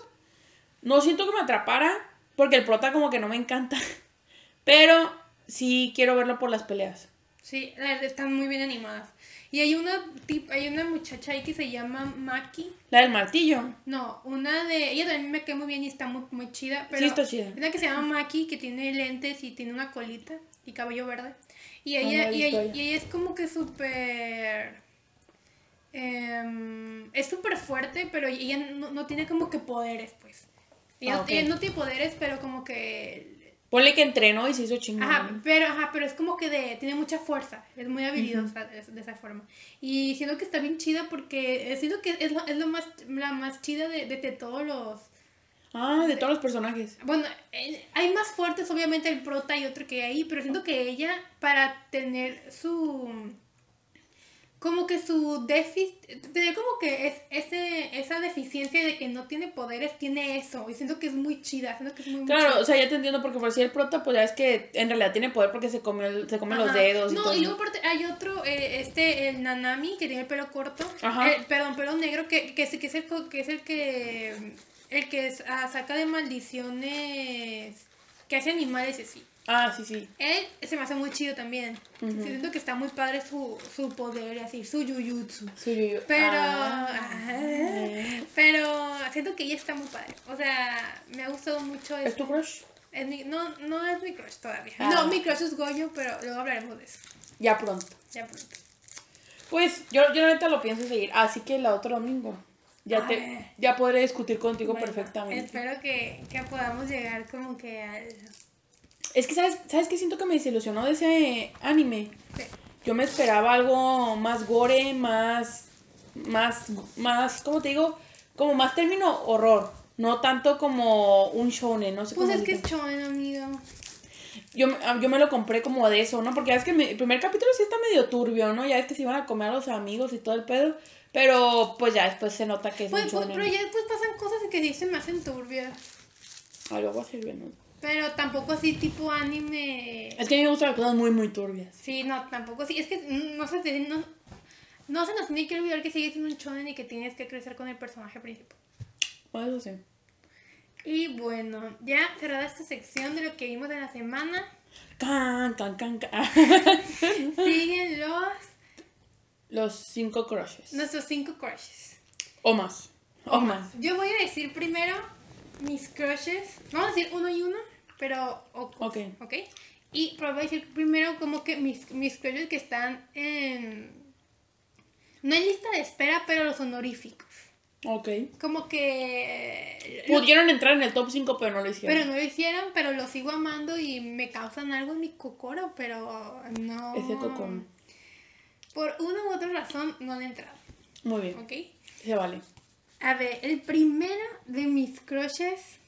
No siento que me atrapara, porque el prota como que no me encanta. Pero sí quiero verlo por las peleas. Sí, la verdad, están muy bien animadas. Y hay una, tip, hay una muchacha ahí que se llama Maki. La del martillo. No, una de. Ella también me cae muy bien y está muy, muy chida. Pero Sí, está chida. Una que se llama Maki, que tiene lentes y tiene una colita y cabello verde. Y Ah, no ella, la he y, visto ella, ella. y ella es como que súper. em, es súper fuerte, pero ella no, no tiene como que poderes, pues. Ella, Ah, no- ok. ella no tiene poderes, pero como que. Ponle que entrenó y se hizo chingón. Ajá, pero, ajá, pero es como que de, tiene mucha fuerza, es muy habilidosa es- de esa forma. Y siento que está bien chida porque eh, siento que es, lo, es lo más, la más chida de, de, de todos los... Ah, de todos los personajes. Bueno, eh, hay más fuertes, obviamente el prota y otro que hay, pero siento que ella, para tener su... Como que su déficit, tener como que es ese, esa deficiencia de que no tiene poderes, tiene eso. Y siento que es muy chida, siento que es muy... muy chida. Claro, o sea, ya te entiendo porque por si el prota, pues ya es que en realidad tiene poder porque se comió el- se come los Ajá. dedos y No, todo. y luego aparte hay otro, eh, este, el Nanami, que tiene el pelo corto. Ajá. Eh, perdón, pelo negro, que, que, es, que es el co- que... Es el que el que es- ah, saca de maldiciones que hace animales y así. Ah, sí, sí. Él se me hace muy chido también. Sí, Siento que está muy padre su, su poder y así, su yuyutsu. Sí, yo- yo- Pero, Ah. pero siento que ella está muy padre. O sea, me ha gustado mucho. ¿Es tu crush? es mi- no, no es mi crush todavía. Ah. No, mi crush es Goyo, pero luego hablaremos de eso. Ya pronto. Ya pronto. Pues yo, yo ahorita lo pienso seguir, así que el otro domingo ya A te ver. ya podré discutir contigo Ah, eh. Bueno, perfectamente. Espero que, que podamos llegar como que este, al... Es que sabes sabes que siento que me desilusionó de ese anime. Sí. Yo me esperaba algo más gore, más más más ¿cómo te digo? Como más término horror, no tanto como un shonen, no sé Pues cómo es que es decirlo. choven, amigo. yo, me- ah, yo me lo compré como de eso, ¿no? Porque ya es que me- el primer capítulo sí está medio turbio, ¿no? Ya es que se iban a comer a los amigos y todo el pedo, pero pues ya después se nota que es Pues, un pues, shonen. pero ya después pasan cosas que sí se me hacen turbias. Ah, luego así, bueno. Pero tampoco así tipo anime... Es que a mí me gustan las cosas muy, muy turbias. Sí, no, tampoco así. Es que mm, no se, te- no, no se nos tiene que olvidar que sigues siendo un chonen y que tienes que crecer con el personaje principal. Bueno, eso sí. Y bueno, ya cerrada esta sección de lo que vimos en la semana, Can, can, can, can. siguen los... Los cinco crushes. Nuestros cinco crushes. O más. O más. Yo voy a decir primero mis crushes. Vamos a decir uno y uno, pero ocultos, Ok. ¿ok? Y pero voy a decir primero como que mis, mis crushes que están en... No en lista de espera, pero los honoríficos. Ok. Como que... eh, lo- Pudieron entrar en el top 5, pero no lo hicieron. pero no lo hicieron, pero los sigo amando y me causan algo en mi cocoro, pero no... Ese cocón. Por una u otra razón no han entrado, Muy bien. ¿ok? Se vale. A ver, el primero de mis crushes...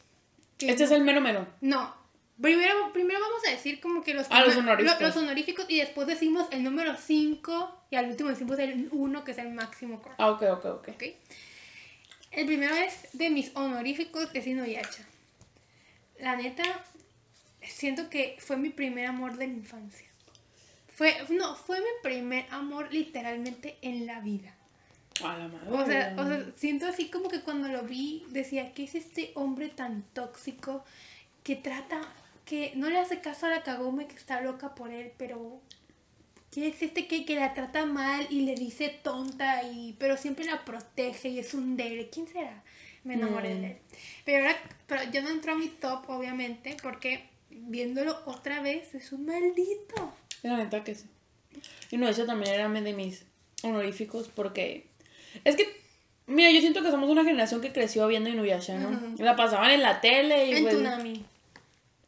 que Este es el mero mero. No. Primero, primero vamos a decir como que los, Ah, los lo- honoríficos. los honoríficos y después decimos el número 5 y al último decimos el 1 que es el máximo crush, Ah, ok, ok, ok. ¿ok? El primero es de mis honoríficos es Inuyasha. La neta, siento que fue mi primer amor de la infancia. Fue, no, fue mi primer amor literalmente en la vida. A la madre. O sea, o sea, siento así como que cuando lo vi decía, ¿qué es este hombre tan tóxico que trata, que no le hace caso a la Kagome que está loca por él, pero ¿qué es este que, que la trata mal y le dice tonta y pero siempre la protege y es un dele? ¿Quién será? Me enamoré Mm. de él. Pero ahora, pero yo no entro a mi top, obviamente, porque viéndolo otra vez es un maldito. La neta que sí. Y no, eso también era de mis honoríficos porque... Es que, mira, yo siento que somos una generación que creció viendo Inuyasha, ¿no? Ujú. La pasaban en la tele y... En pues, Tsunami.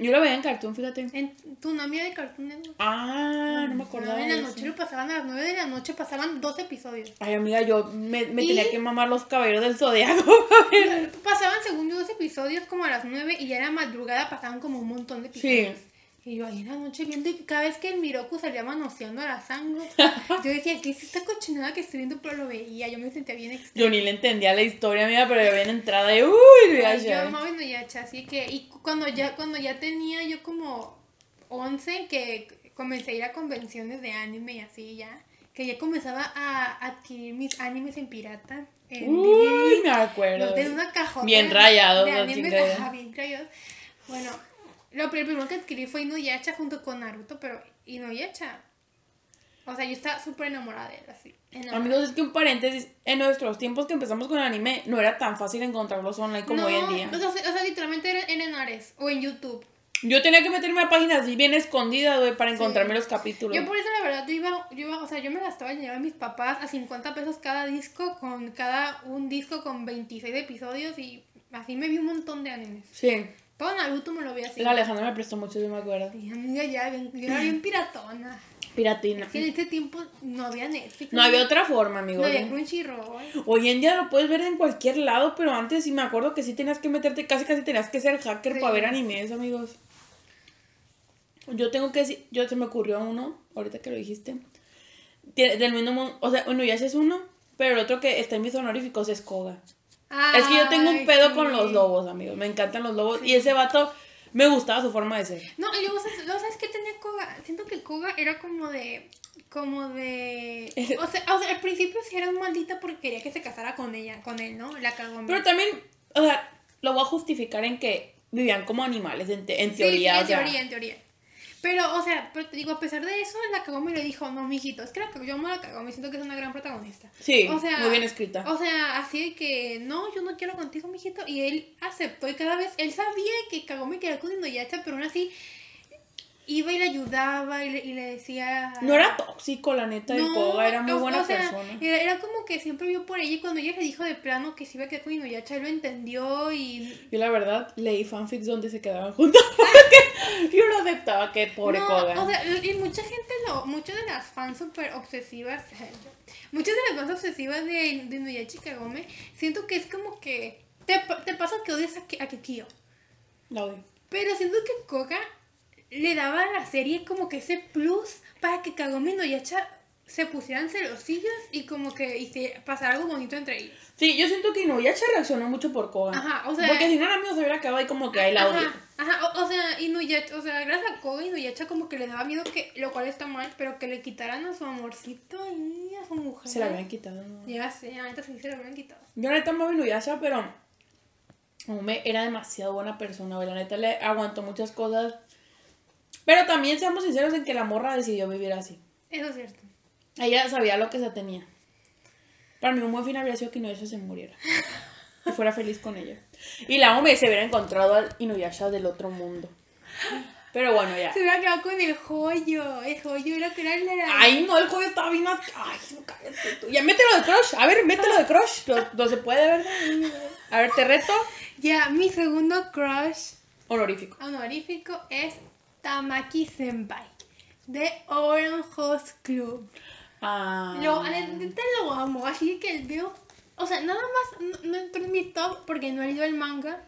Yo lo veía en cartoon, fíjate. En tu novia de Cartoon Network. Ah, no me acordaba. de Nueve de la eso. noche lo pasaban a las 9 de la noche, pasaban dos episodios. Ay, amiga, yo me, me Y- tenía que mamar los caballeros del zodiaco para ver. Pasaban según yo dos episodios como a las 9 y ya era madrugada, pasaban como un montón de episodios. Y yo ahí en la noche viendo y cada vez que el Miroku salía manoseando a la sangre, yo decía, ¿qué es esta cochinada que estoy viendo? Pero lo veía, yo me sentía bien extraña. Yo ni le entendía la historia, amiga, pero ya habían entrado y uy, ya, Ay, ya. Yo amaba Inuyasha, así que, y cu- cuando ya, cuando ya tenía yo como 11, que comencé a ir a convenciones de anime y así ya, que ya comenzaba a adquirir mis animes en pirata, en Uy, DVD, me acuerdo. los de una cajota. Bien rayados, de los animes, chingados. ajá, bien rayados. Bueno, lo pri- primero que adquirí fue Inuyasha junto con Naruto, pero Inuyasha, o sea, yo estaba súper enamorada de él, así, enamorada. Amigos, es que un paréntesis, en nuestros tiempos que empezamos con anime, no era tan fácil encontrarlos online como no, hoy en día. O sea, o sea, literalmente era en Enares o en YouTube. Yo tenía que meterme a páginas así bien escondidas, güey, para encontrarme los capítulos. Yo por eso la verdad yo iba, yo iba, o sea, yo me gastaba el dinero de mis papás a 50 pesos cada disco, con cada un disco con 26 episodios y así me vi un montón de animes. Sí, Todo Naruto me lo vi así. la Alejandra me prestó mucho, yo me acuerdo. Y amiga ya, bien, yo era bien piratona. Piratina. Es que en ese tiempo no había Netflix. No había otra forma, ¿eh? No amigos. había Crunchyroll. Hoy en día lo puedes ver en cualquier lado, pero antes sí me acuerdo que sí tenías que meterte, casi casi tenías que ser hacker Sí. para ver animes, amigos. Yo tengo que decir, yo se me ocurrió uno, ahorita que lo dijiste. Tiene- Del mismo, mu- o sea, uno ya es uno, pero el otro que está en mis honoríficos es Koga. es que yo tengo un Ay, pedo sí. con los lobos, amigos. Me encantan los lobos. Y ese vato me gustaba su forma de ser. No, y luego, ¿sabes, luego, ¿sabes qué tenía Koga? Siento que Koga era como de... Como de... O sea, o sea, al principio sí era un maldita porque quería que se casara con ella, con él, ¿no? La cagó. Pero también, o sea, lo voy a justificar en que vivían como animales, en, te- en Sí, teoría. Sí, o en sea. teoría, en teoría. Pero, o sea, pero te digo, a pesar de eso, la Kagome le dijo, no, mijito, es que la Kagome, yo amo a la Kagome, siento que es una gran protagonista. Sí, O sea, muy bien escrita. O sea, así de que, no, yo no quiero contigo, mijito. Y él aceptó y cada vez, él sabía que Kagome quería con Inuyasha, pero aún así iba y le ayudaba y le, y le decía... No era tóxico, la neta, el No, Koga era muy o- buena o sea, eh, persona. Era, era como que siempre vio por ella y cuando ella le dijo de plano que se iba a quedar con Inuyasha, él lo entendió y... Yo la verdad leí fanfics donde se quedaban juntos porque yo no aceptaba que pobre no, Koga. O sea, y mucha gente lo, muchas de las fans súper obsesivas, muchas de las fans obsesivas de, de Inuyasha y Kagome, siento que es como que te, pa- te pasa que odias a, Ke- a Kikyo. La odio. Pero siento que Koga le daba a la serie como que ese plus para que Kagome y Inuyasha se pusieran celosillos y como que y se pasara algo bonito entre ellos. Sí, yo siento que Inuyasha reaccionó mucho por Koga. Ajá, o sea- Porque si no, la mía se hubiera quedado ahí como que ahí la odio. Ajá, ajá, o, o sea, Inuyasha, o sea, gracias a Koga, Inuyasha como que le daba miedo que, lo cual está mal, pero que le quitaran a su amorcito y a su mujer. Se la habían quitado. ¿no? Ya sé, ahorita sí se lo habían quitado. Yo neta amaba a Inuyasha, pero hombre, era demasiado buena persona, güey. La neta le aguantó muchas cosas. Pero también seamos sinceros en que la morra decidió vivir así. Eso es cierto. Ella sabía lo que se tenía. Para mí un buen fin habría sido que Inuyasha se muriera. Y fuera feliz con ella. Y la hombre se hubiera encontrado al Inuyasha del otro mundo. Pero bueno, ya. Se hubiera quedado con el joyo. El joyo era que era el de la. Ay, no, el juego estaba bien... as- Ay, no, cállate tú. Ya, mételo de crush. A ver, mételo de crush. No, no se puede, ¿verdad? A ver, te reto. Ya, mi segundo crush Honorífico. honorífico es Tamaki Senpai. De Orange Host Club. Ah. Lo, a la neta lo amo. Así que veo. O sea, nada más no, no entró en mi top porque no he leído el manga.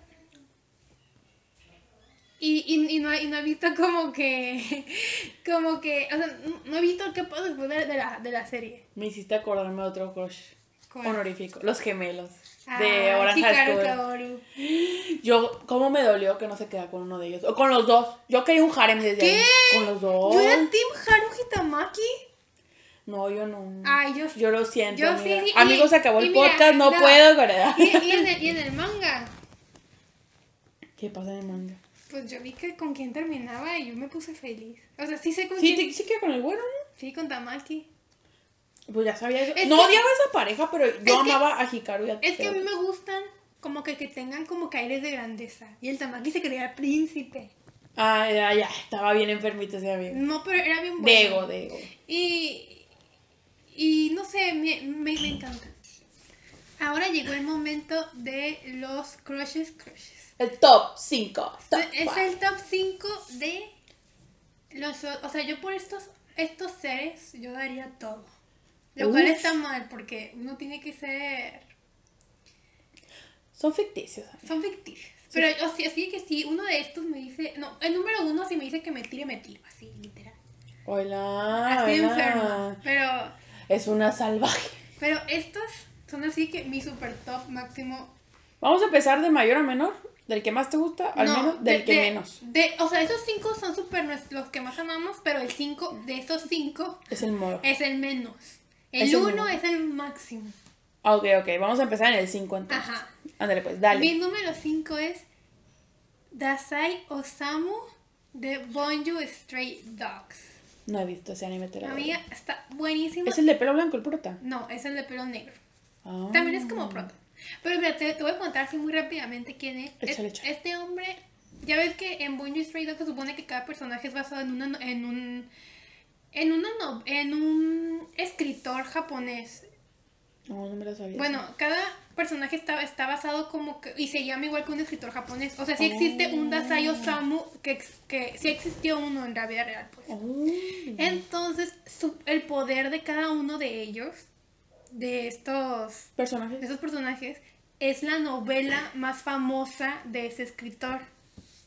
Y, y, y, no, he- y no he visto como que. Como que. O sea, no, no he visto qué pasa después de, de la, de la serie. Me hiciste acordarme de otro crush ¿Cuál? honorífico. Los gemelos. Ah, de Orange High Hikaru School. Kaoru. Yo, cómo me dolió que no se queda con uno de ellos. O con los dos. Yo quería un harem desde ¿Qué? ahí. Con los dos. Yo era Team Haru Hitamaki. No, yo no. Ay, yo sí. Yo lo siento. Yo amiga. sí, y- Amigos, se acabó y el mira, podcast. No, no. puedo, ¿verdad? Y, y en el, y en el manga, ¿Qué pasa en el manga? pues yo vi que con quién terminaba y yo me puse feliz. O sea, sí sé con Sí, quién. te- sí queda con el bueno, ¿no? Sí, con Tamaki. Pues ya sabía eso. Es no que- odiaba a esa pareja, pero que- yo amaba a Hikaru y a Es que a mí Teodo. me gustan como que, que tengan como que aires de grandeza. Y el Tamaki se creía príncipe. Ah, ya, ya. Estaba bien enfermito ese amigo. No, pero era bien Mm, bueno. De ego, de ego. Y, y no sé, me, me, me encanta. Ahora llegó el momento de los crushes, crushes. El top 5. es el top 5 de los... O sea, yo por estos, estos seres, yo daría todo. Lo cual Uf. está mal, porque uno tiene que ser... Son ficticios. Son ficticios. Pero o sea, así que si uno de estos me dice... No, el número uno si me dice que me tire, me tiro. Así, literal. Hola. Así de hola. enferma. Pero... Es una salvaje. Pero estos son así que mi super top máximo. Vamos a empezar de mayor a menor. Del que más te gusta, al No, menos del de- que de- menos. de- o sea, esos cinco son super nues- los que más amamos, pero el cinco de esos cinco Es el moro. es el menos. El Es el uno menos. es el máximo. Ah, Ok, ok. Vamos a empezar en el 5 entonces. Ajá. Ándale, pues, dale. Mi número cinco es Dasai Osamu de Bonju Stray Dogs. No he visto ese anime, te lo digo. Amiga, está buenísimo. ¿Es el de pelo blanco, el prota? No, es el de pelo negro. Ah. También es como pronto. Pero mira, te, te voy a contar así muy rápidamente quién es. Es- Échale, échale. Este hombre, ya ves que en Bunjo Stray Dogs se supone que cada personaje es basado en una no- en un en una no- en un escritor japonés. No, no me lo sabía. Bueno, cada personaje está, está basado como que y se llama igual que un escritor japonés. O sea, sí existe un Dasai Osamu que ex- que sí existió uno en la vida real, pues. Oh. Entonces, su- el poder de cada uno de ellos de estos de Personajes. esos personajes es la novela más famosa de ese escritor.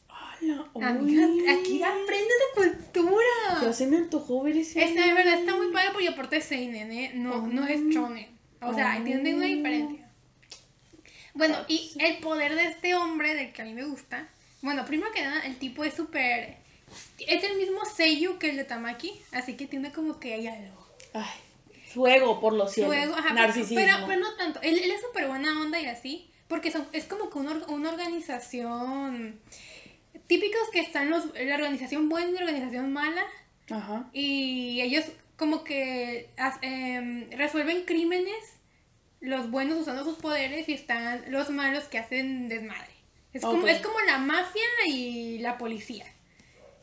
Hola. Amiga, uy. aquí aprendes de Pero cultura. se me antojó ver ese anime. Esta de Este, verdad está muy padre porque aparte es Seinen, ¿eh? No, no es Shonen. O sea, Mm. Oh. tiene una diferencia. Bueno, y el poder de este hombre, del que a mí me gusta. Bueno, primero que nada, el tipo es súper. Es el mismo sello que el de Tamaki, así que tiene como que hay algo. Ay, fuego por los cielos. Luego, ajá, pero- Narcisismo. Pero, pero no tanto. Él, él es súper buena onda y así. Porque son, es como que una, or- una organización. Típicos que están los, la organización buena y la organización mala. Ajá. Y ellos, como que as- em, resuelven crímenes. Los buenos usando sus poderes y están los malos que hacen desmadre. Es, como, Ok. es como la mafia y la policía.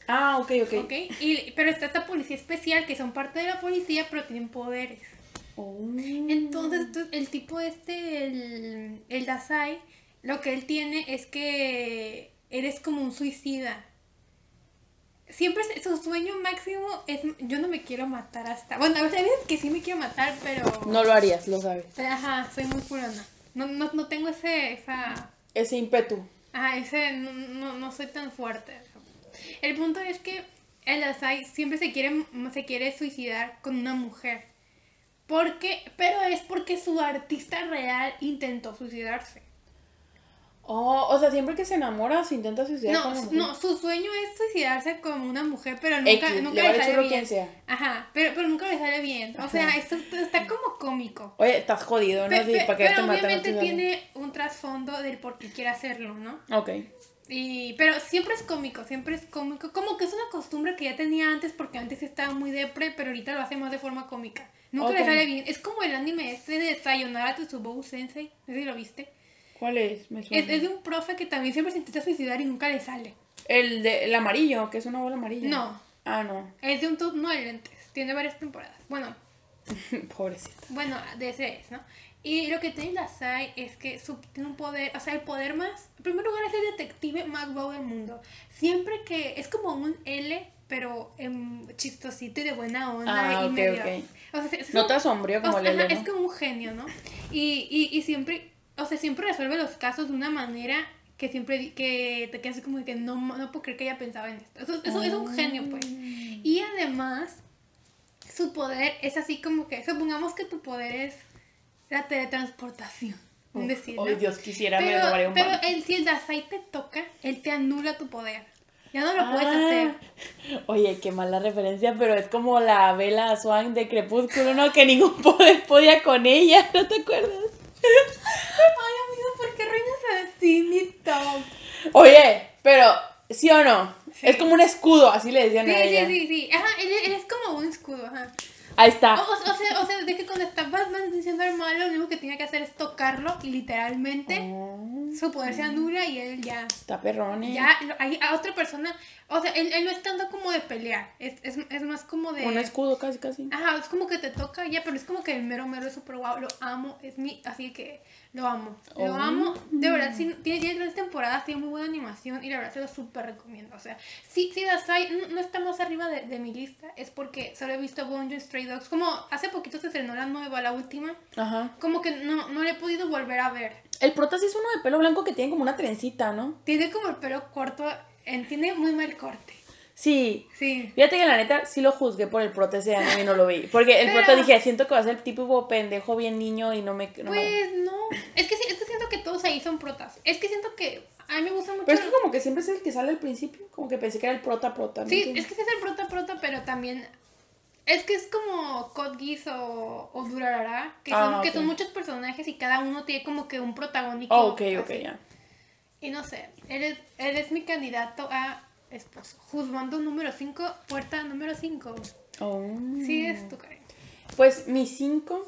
Ah, ok, ok. ¿Ok? Y, pero está esta policía especial que son parte de la policía pero tienen poderes. Oh. Entonces, tú- el tipo este, el, el Dasai, lo que él tiene es que eres como un suicida. Siempre se- su sueño máximo es, yo no me quiero matar hasta... Bueno, a veces hay veces que sí me quiero matar, pero... No lo harías, lo sabes. Ajá, soy muy purona. No, no, no tengo ese, esa... Ese ímpetu. Ajá, ese no, no, no soy tan fuerte. El punto es que el Asai siempre se quiere, se quiere suicidar con una mujer. Porque, pero es porque su artista real intentó suicidarse. Oh, o sea, siempre que se enamora se intenta suicidar con la No, mujer. no, su sueño es suicidarse con una mujer, pero nunca, X, nunca le le, vale sale churro bien. quien sea. Ajá, pero, pero nunca le sale bien. O sea, Ajá. esto está como cómico. Oye, estás jodido, ¿no? Pe- Sí, pe- para que te pero matan, obviamente no te sale. tiene un trasfondo del por qué quiere hacerlo, ¿no? Ok. Y, pero siempre es cómico, siempre es cómico. Como que es una costumbre que ya tenía antes porque antes sí estaba muy depre, pero ahorita lo hace más de forma cómica. Nunca Ok. le sale bien. Es como el anime este de Sayonara Tsubou Sensei, no sé si lo viste. ¿Cuál es? Me suena. Es, es de un profe que también siempre se intenta suicidar y nunca le sale. El de el amarillo, que es una bola amarilla. No. Ah, no. Es de un top no de lentes, tiene varias temporadas. Bueno, Pobrecita. bueno, de ese es, ¿no? Y lo que tiene la Sai es que su- tiene un poder, o sea, el poder más, en primer lugar es el detective más guau del mundo. Siempre que es como un L, pero em, chistosito y de buena onda Ah, y ok, medio. ok. O sea, es, es No un- tan sombrío como o sea, Lele, ajá, ¿no? Es como un genio, ¿no? Y, y, y siempre, o sea, siempre resuelve los casos de una manera que siempre di- que te quedas así como de que no, no puedo creer que haya pensado en esto. Eso, eso es un genio, pues. Y además, su poder es así como que, supongamos que tu poder es la teletransportación. Un decir, ¿no? Ay, Dios, quisiera me pero, robaría un pero banco. él, si el Dasai te toca, él te anula tu poder. Ya no lo puedes Ah. hacer. Oye, qué mala referencia, pero es como la vela Swan de Crepúsculo, ¿no? Que ningún poder podía con ella, ¿no te acuerdas? Ay, amigo, ¿por qué reinas así, mi top? Oye, pero, ¿sí o no? Sí. Es como un escudo, así le decían Sí, a ella. sí, sí, sí. Ajá, él, él es como un escudo, ajá. Ahí O, está. o- o sea, o sea, de que cuando está Batman diciendo al malo, lo único que tenía que hacer es tocarlo, y literalmente. Oh. su poder se anula y él ya. Está perrón, eh. Ya, lo- hay a otra persona. O sea, él, él no es tanto como de pelear. Es, es, es más como de. Un escudo casi, casi. Ajá, es como que te toca ya, pero es como que el mero mero es súper guau, lo amo, es mi, así que lo amo, lo Oh. amo, de verdad, sí, tiene, tiene tres temporadas, tiene muy buena animación y la verdad se lo súper recomiendo, o sea, si, si Dasai no, no está más arriba de, de mi lista, es porque solo he visto Bunjo y Stray Dogs, como hace poquito se estrenó la nueva, la última, Ajá. como que no, no le he podido volver a ver, El prota sí es uno de pelo blanco que tiene como una trencita, ¿no? tiene como el pelo corto, eh, tiene muy mal corte, Sí. sí. Fíjate que la neta sí lo juzgué por el prota ese anime y no lo vi. Porque el Pero- prota dije, siento que va a ser el típico pendejo bien niño y no me... no me- Pues no, es que, sí, es que siento que todos ahí son protas, es que siento que a mí me gusta mucho... Pero es que como que siempre es el que sale al principio. Como que pensé que era el prota prota. ¿me Sí, entiendes? es que sí es el prota prota, pero también es que es como Code Geass o, o Durarara, que son, Ah, que son ok. muchos personajes y cada uno tiene como que un protagónico. Oh, ok, ok, así. ya. Y no sé, él es, él es mi candidato a esposo. Juzgando número 5, puerta número 5. Oh. Sí, es tu cariño. Pues mi 5,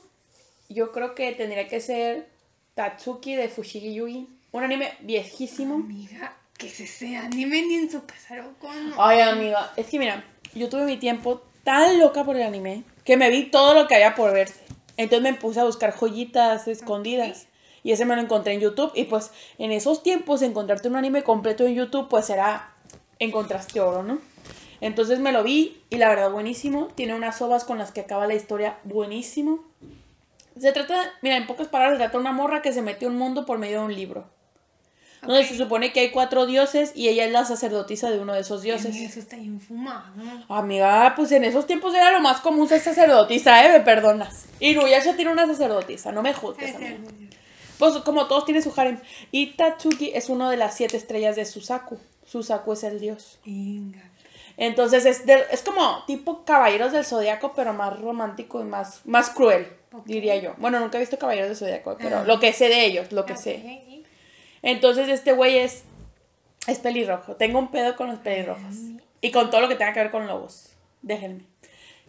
yo creo que tendría que ser Tatsuki de Fushigi Yugi. Un anime viejísimo. Amiga, que se sea anime ni en su casarón con... Ay, amiga, es que mira, yo tuve mi tiempo tan loca por el anime que me vi todo lo que había por verse. Entonces me puse a buscar joyitas escondidas. Y ese me lo encontré en YouTube. Y pues en esos tiempos encontrarte un anime completo en YouTube pues era encontraste oro, ¿no? Entonces me lo vi y la verdad buenísimo. Tiene unas ovas con las que acaba la historia buenísimo. Se trata, mira, en pocas palabras, se trata de una morra que se metió a un mundo por medio de un libro. Donde Ok. se supone que hay cuatro dioses y ella es la sacerdotisa de uno de esos dioses. Amiga, Eso está infumado. Amiga, pues en esos tiempos era lo más común ser sacerdotisa, ¿eh? Me perdonas. Y Nuyasha tiene una sacerdotisa, no me juzgues, amiga. Pues como todos tienen su harem. Y Tatsuki es uno de las siete estrellas de Susaku. Susaku es el dios. Venga. Entonces es, de- es como tipo Caballeros del Zodiaco, pero más romántico y más, más cruel, Ok. diría yo. Bueno, nunca he visto Caballeros del Zodiaco, pero Ah. lo que sé de ellos, lo que sé. Ok. Entonces este güey es, es pelirrojo. Tengo un pedo con los pelirrojos. Y con todo lo que tenga que ver con lobos. Déjenme.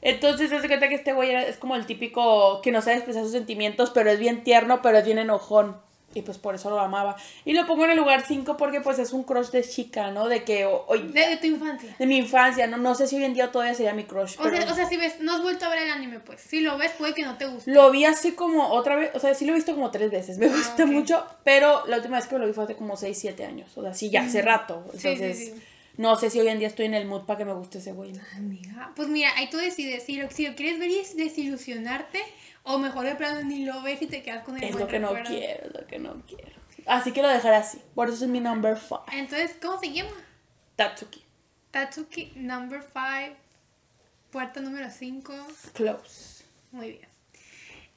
Entonces se hace cuenta que este güey era- es como el típico que no sabe expresar sus sentimientos, pero es bien tierno, pero es bien enojón. Y pues por eso lo amaba. Y lo pongo en el lugar 5 porque pues es un crush de chica, ¿no? De que o- oye, De, de tu infancia. de mi infancia, ¿no? No sé si hoy en día todavía sería mi crush. O sea, pero- o sea, si ves, no has vuelto a ver el anime, pues. Si lo ves, puede que no te guste. Lo vi así como otra vez, o sea, sí lo he visto como tres veces, me gusta Ah, ok. mucho, pero la última vez que lo vi fue hace como 6, 7 años, o sea, sí, ya hace rato. Mm. sí, Entonces, sí. no sé si hoy en día estoy en el mood para que me guste ese güey. ¿no? Amiga, pues mira, ahí tú decides si lo, si lo quieres ver y es desilusionarte, o mejor de plano ni lo ves y te quedas con el Es buen lo que no recuerdo. quiero, es lo que no quiero. Así que lo dejaré así, por eso es mi number 5, Entonces, ¿cómo se llama? Tatsuki, Tatsuki number 5, puerta número 5. close. Muy bien.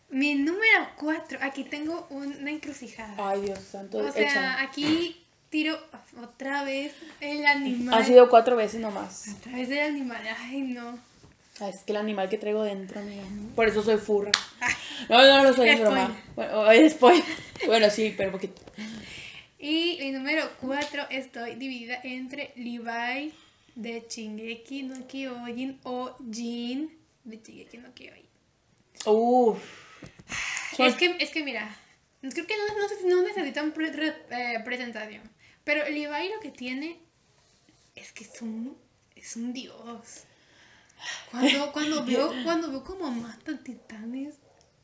Mi número 4, aquí tengo una encrucijada. Ay, Dios santo, o sea, échame. aquí tiro otra vez el animal. Ha sido cuatro veces nomás. Otra vez el animal, ay no. Ay, Es que el animal que traigo dentro, amiga. Por eso soy furra. No, no, no soy es Ah. Spoiler. broma. Bueno, o- es spoiler. Bueno, sí, pero poquito. Y el número 4 estoy dividida entre Levi de Shingeki no Kyojin o Jin de Shingeki no Kyojin. Uff. Es que, es que mira, creo que no, no, se- no necesitan pre- re- eh, presentación. Pero Levi lo que tiene es que es un, es un dios. Cuando, cuando, veo, cuando veo como matan titanes,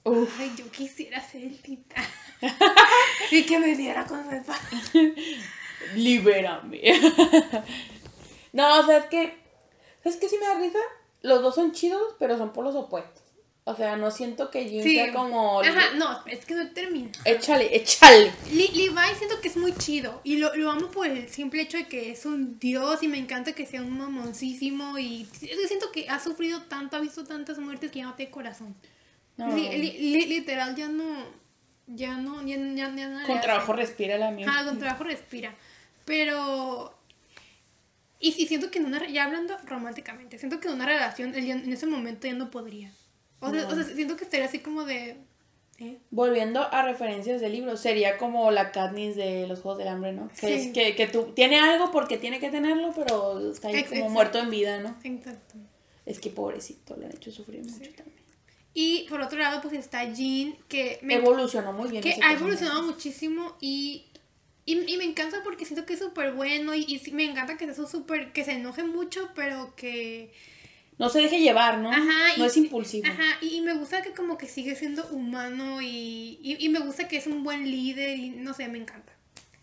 Uf. ay, yo quisiera ser el titán. y que me diera con su espada. Libérame. no, o sea, es que. ¿Sabes qué sí me da risa? Los dos son chidos, pero son por los opuestos. O sea, no siento que Jin sea como. Ajá, no, es que no termina. Échale, échale. Le- Levi siento que es muy chido y lo, lo amo por el simple hecho de que es un dios y me encanta que sea un mamoncísimo y es que siento que ha sufrido tanto, ha visto tantas muertes que ya no tiene corazón. No. Li- li- li- literal ya no, ya no, ya, ya- ya no le Con hace. trabajo respira la mía. Ah, con trabajo respira. Pero. Y sí, siento que en una. re- Ya hablando románticamente, siento que en una relación él ya- en ese momento ya no podría. O sea, No. o sea, siento que estaría así como de. ¿eh? Volviendo a referencias de libros, sería como la Katniss de los Juegos del Hambre, ¿no? Que, Sí. es que, que tú tiene algo porque tiene que tenerlo, pero está ahí Ex- como exacto. muerto en vida, ¿no? Exacto. Es que pobrecito, lo han hecho sufrir mucho también. Y por otro lado, pues está Jean, que, me- Evolucionó muy bien. que ese ha personaje. evolucionado muchísimo y Y, y me encanta porque siento que es súper bueno y, y sí, me encanta que sea súper, que se enoje mucho, pero que... No se deje llevar, ¿no? Ajá, no y- es impulsivo. Ajá, y, y me gusta que como que sigue siendo humano y, y, y me gusta que es un buen líder y no sé, me encanta.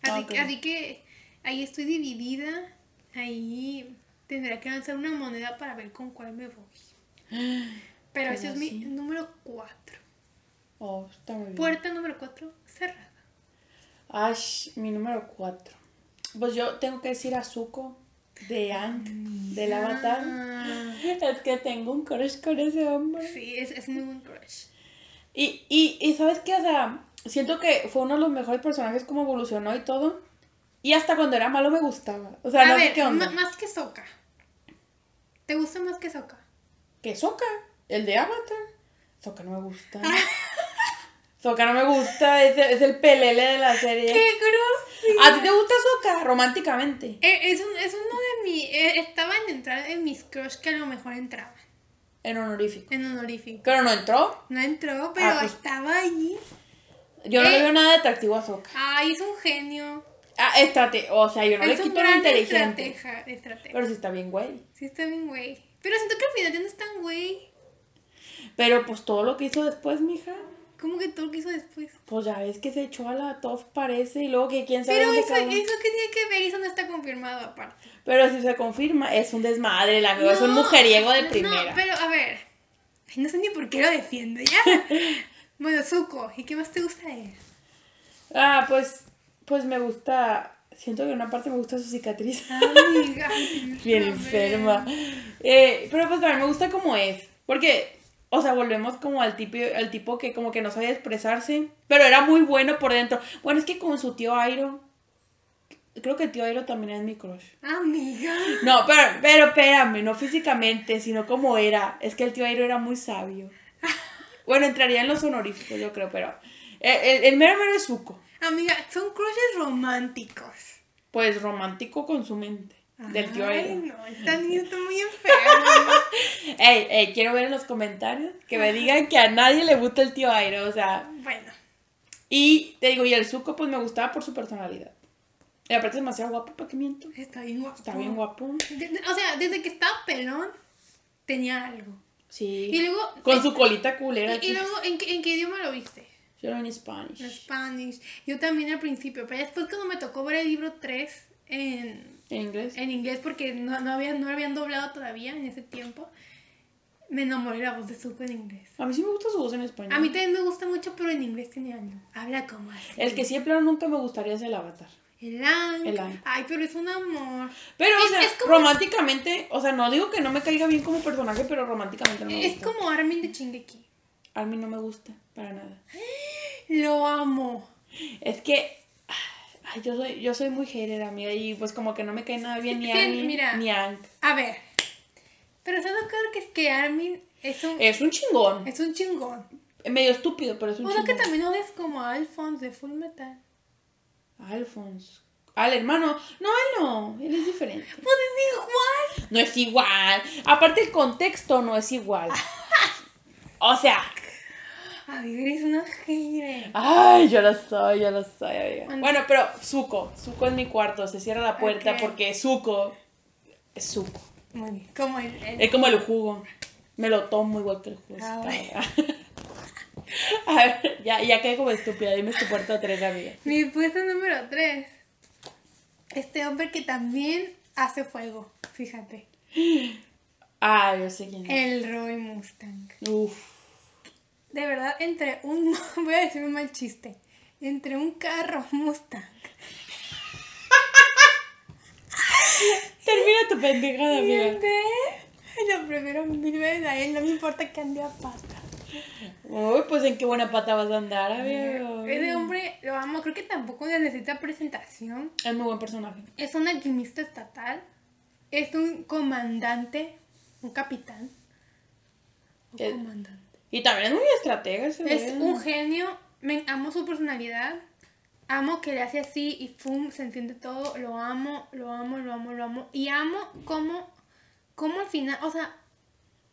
Así, Ah, ok. que- así que ahí estoy dividida, ahí tendré que lanzar una moneda para ver con cuál me voy. Pues Pero ese es mi número 4. Oh, está muy bien. Puerta número 4 cerrada. Ash, mi número 4. Pues yo tengo que decir a Zuko de Ang, Mm, del Avatar. Ah, Es que tengo un crush con ese hombre. sí, es, es muy buen crush. Y, y, y sabes qué, o sea, siento que fue uno de los mejores personajes como evolucionó y todo. Y hasta cuando era malo me gustaba. O sea, A no sé ver, qué onda. ma- más que Soca. ¿Te gusta más que Soca? Que Soca, el de Avatar. Soca no me gusta. Ah. Soca no me gusta, es, es el pelele de la serie. grosso! ¿A ti te gusta Soca? Románticamente. Eh, Es, un- es uno de mis. estaba en entrar en mis crush que a lo mejor entraban. En honorífico. En honorífico. Pero no entró. No entró, pero Ah, pues. estaba allí. Yo no le Eh. veo nada de atractivo a Soca. Ay, Ah, es un genio. Ah, estrate, o sea, yo no es le un quito lo gran inteligente. estratega. estratega. Pero sí está bien, güey. Sí, está bien, güey. Pero siento que al final ya no es tan güey. Pero pues todo lo que hizo después, mija. Como que todo lo que hizo después. Pues ya ves que se echó a la Toff, parece, y luego que quién sabe Pero dónde eso, eso que acabó. tiene que ver, eso no está confirmado aparte. Pero si se confirma, es un desmadre, la amigo, es un No, mujeriego de no, primera. No, pero a ver. Ay, no sé ni por qué lo defiendo, ¿ya? bueno, Zuko, ¿y qué más te gusta de él? Ah, pues, pues me gusta. Siento que una parte me gusta su cicatriz. Ay, ay, Bien a ver. enferma. Eh, pero pues también me gusta como es. Porque, o sea, volvemos como al tipo, al tipo que como que no sabía expresarse. Pero era muy bueno por dentro. Bueno, es que con su tío Airo. Creo que el tío Airo también es mi crush. Amiga. No, pero, pero espérame, no físicamente, sino como era. Es que el tío Airo era muy sabio. Bueno, entraría en los honoríficos, yo creo, pero. eh, El, el- el mero mero es Zuko. Amiga, son crushes románticos. pues romántico con su mente. Del tío Ay, Airo. no, esta niña está muy enferma. Ey, ey, quiero ver en los comentarios que me digan que a nadie le gusta el tío Airo, o sea. bueno, Y te digo, y el Zuko pues me gustaba por su personalidad. Y aparte es demasiado guapo, ¿para qué miento? está bien guapo. Está bien guapo. De- de- o sea, desde que estaba pelón, tenía algo. Y Sí. luego. Con su colita culera. Y, y luego, ¿en, qué- en qué idioma lo viste? Yo en En Spanish. Spanish. Yo también al principio, pero ya después cuando me tocó ver el libro 3 en, En inglés. en inglés porque no, no, había, no lo habían doblado todavía en ese tiempo, me enamoré de la voz de Zuko en inglés. A mí sí me gusta su voz en español. A mí también me gusta mucho, pero en inglés tiene algo. Habla como así. El que siempre o nunca me gustaría es el avatar. El Ang. El Ang. Ay, pero es un amor. Pero, o Es- sea, es como- románticamente, o sea, no digo que no me caiga bien como personaje, pero románticamente no me Es gusta. como Armin de Chingeki. A mí no me gusta, para nada. Lo amo. Es que ay, yo soy, yo soy muy hater, amiga, y pues como que no me cae nada bien ni Es que, Armin mira. ni Ang. A ver. Pero ¿estás de acuerdo que es que Armin es un, Es un chingón. es un chingón? Medio estúpido, pero es Eh, un Uno que chingón. también odias como a Alphonse de Full Metal. Alphonse. Al hermano. No, él no. Él es diferente. Pues es igual. No es igual. Aparte el contexto no es igual. O sea. A ver, es una hater. Ay, yo lo soy, yo lo soy, amiga. Bueno. Bueno, pero Zuko. Zuko es mi cuarto. Se cierra la puerta Ok. porque Zuko es Zuko. Muy bien. Como el. el- Es como el jugo. Me lo tomo igual que el jugo. Ah, cabrón. A ver, ya, ya quedé como estúpida. Dime tu puerta 3, amiga. Mi puesto número 3. Este hombre que también hace fuego. Fíjate. Ah, yo sé quién es. El Roy Mustang. Uf. De verdad, entre un. Voy a decir un mal chiste. Entre un carro Mustang. Termina tu pendejada, Y amiga. el de él, Lo prefiero mil veces a él, no me importa que ande a pata. Uy, pues en qué buena pata vas a andar, Ese amiga. hombre lo amo, creo que tampoco necesita presentación. Es muy buen personaje. Es un alquimista estatal. Es un comandante, un capitán. Un Eh, comandante. Y también es muy estratega ese Es güey. un genio. Me amo su personalidad. Amo que le hace así y pum, se entiende todo. Lo amo, lo amo, lo amo, lo amo. Y amo cómo, cómo al final, o sea,